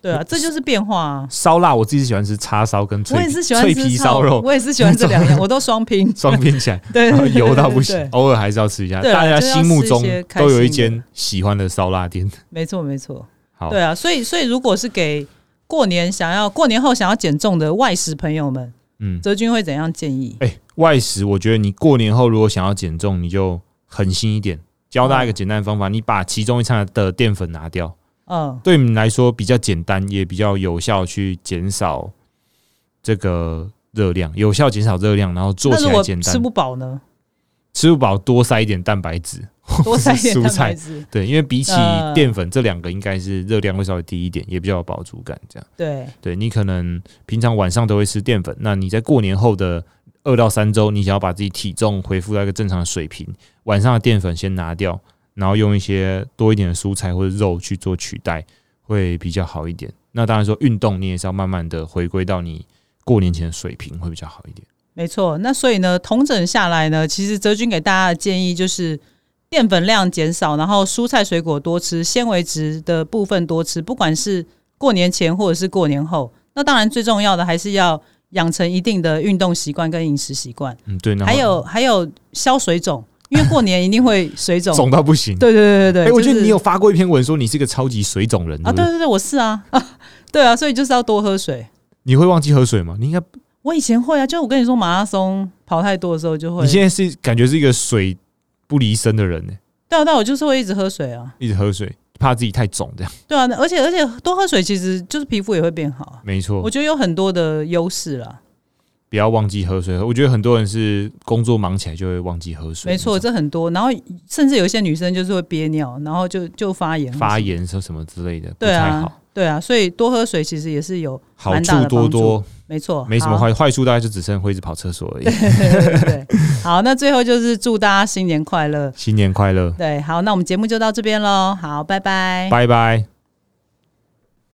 Speaker 1: 对啊，这就是变化啊。
Speaker 2: 烧腊我自己喜欢吃叉烧跟脆
Speaker 1: 我
Speaker 2: 皮
Speaker 1: 也是喜欢
Speaker 2: 脆
Speaker 1: 吃
Speaker 2: 皮
Speaker 1: 炒
Speaker 2: 烧肉，。
Speaker 1: 我也是喜欢这两样，我都双拼
Speaker 2: 双拼起来，
Speaker 1: 对，
Speaker 2: 然后
Speaker 1: 对
Speaker 2: 油到不行
Speaker 1: 对，
Speaker 2: 偶尔还是要吃一下。
Speaker 1: 对啦
Speaker 2: 大家
Speaker 1: 就是要
Speaker 2: 心目
Speaker 1: 吃一
Speaker 2: 中
Speaker 1: 些开
Speaker 2: 都有
Speaker 1: 心
Speaker 2: 一
Speaker 1: 的
Speaker 2: 间喜欢的烧腊店。
Speaker 1: 没错没错。
Speaker 2: 好，
Speaker 1: 对啊，所以所以如果是给过年想要过年后想要减重的外食朋友们，
Speaker 2: 嗯，
Speaker 1: 泽君会怎样建议？
Speaker 2: 哎、外食，我觉得你过年后如果想要减重，你就狠心一点。教大家
Speaker 1: 哦
Speaker 2: 一个简单的方法，你把其中一餐的淀粉拿掉，
Speaker 1: 嗯
Speaker 2: 对你们来说比较简单，也比较有效去减少这个热量，有效减少热量，然后做
Speaker 1: 那
Speaker 2: 起
Speaker 1: 如
Speaker 2: 来
Speaker 1: 果
Speaker 2: 简单
Speaker 1: 吃。不饱 呢？
Speaker 2: 吃不饱多塞一点蛋白质，
Speaker 1: 多塞一点
Speaker 2: 蔬
Speaker 1: 蛋白
Speaker 2: 菜。
Speaker 1: 质。
Speaker 2: 对，因为比起
Speaker 1: 呃
Speaker 2: 淀粉，这两个应该是热量会稍微低一点，也比较有饱足感。这样，
Speaker 1: 对，
Speaker 2: 对你可能平常晚上都会吃淀粉，那你在过年后的二到三周，你想要把自己体重恢复到一个正常的水平，晚上的淀粉先拿掉，然后用一些多一点的蔬菜或者肉去做取代，会比较好一点。那当然说运动你也是要慢慢的回归到你过年前的水平，会比较好一点。
Speaker 1: 没错。那所以呢，统整下来呢，其实泽君给大家的建议就是。淀粉量减少，然后蔬菜水果多吃，纤维质的部分多吃，不管是过年前或者是过年后。那当然最重要的还是要养成一定的运动习惯跟饮食习惯。
Speaker 2: 嗯，对，然后
Speaker 1: 还有还有消水肿，因为过年一定会水肿。
Speaker 2: 肿到不行。
Speaker 1: 对对对对对，
Speaker 2: 哎、我觉
Speaker 1: 就
Speaker 2: 得
Speaker 1: 是
Speaker 2: 你有发过一篇文说你是个超级水肿人
Speaker 1: 啊，
Speaker 2: 不
Speaker 1: 对对对，我是啊 啊，对啊，所以就是要多喝水。
Speaker 2: 你会忘记喝水吗？你应该，
Speaker 1: 我以前会啊，就我跟你说马拉松跑太多的时候就会
Speaker 2: 你，现在是感觉是一个水不离身的人呢、
Speaker 1: 对啊对啊，我就是会一直喝水啊，
Speaker 2: 一直喝水，怕自己太肿这样。
Speaker 1: 对啊，那而且而且多喝水其实就是皮肤也会变好啊，
Speaker 2: 没错
Speaker 1: 我，觉得有很多的优势啦，
Speaker 2: 不要忘记喝水。我觉得很多人是工作忙起来就会忘记喝水，
Speaker 1: 没错，，这很多，然后甚至有一些女生就是会憋尿，然后就就发炎，
Speaker 2: 发，炎说什么之类的，不
Speaker 1: 对
Speaker 2: 太
Speaker 1: 啊
Speaker 2: 好，
Speaker 1: 对啊，所以多喝水其实也是有，
Speaker 2: 好
Speaker 1: 蛮大
Speaker 2: 处
Speaker 1: 的帮助
Speaker 2: 多多，
Speaker 1: 没错，
Speaker 2: 没什么
Speaker 1: 好
Speaker 2: 坏坏处，大概就只剩会一直跑 厕所而已。
Speaker 1: 对，好，那最后就是祝大家新年快乐。
Speaker 2: 新年快乐，
Speaker 1: 对，好，那我们节目就到这边喽。好，拜拜。
Speaker 2: 拜拜。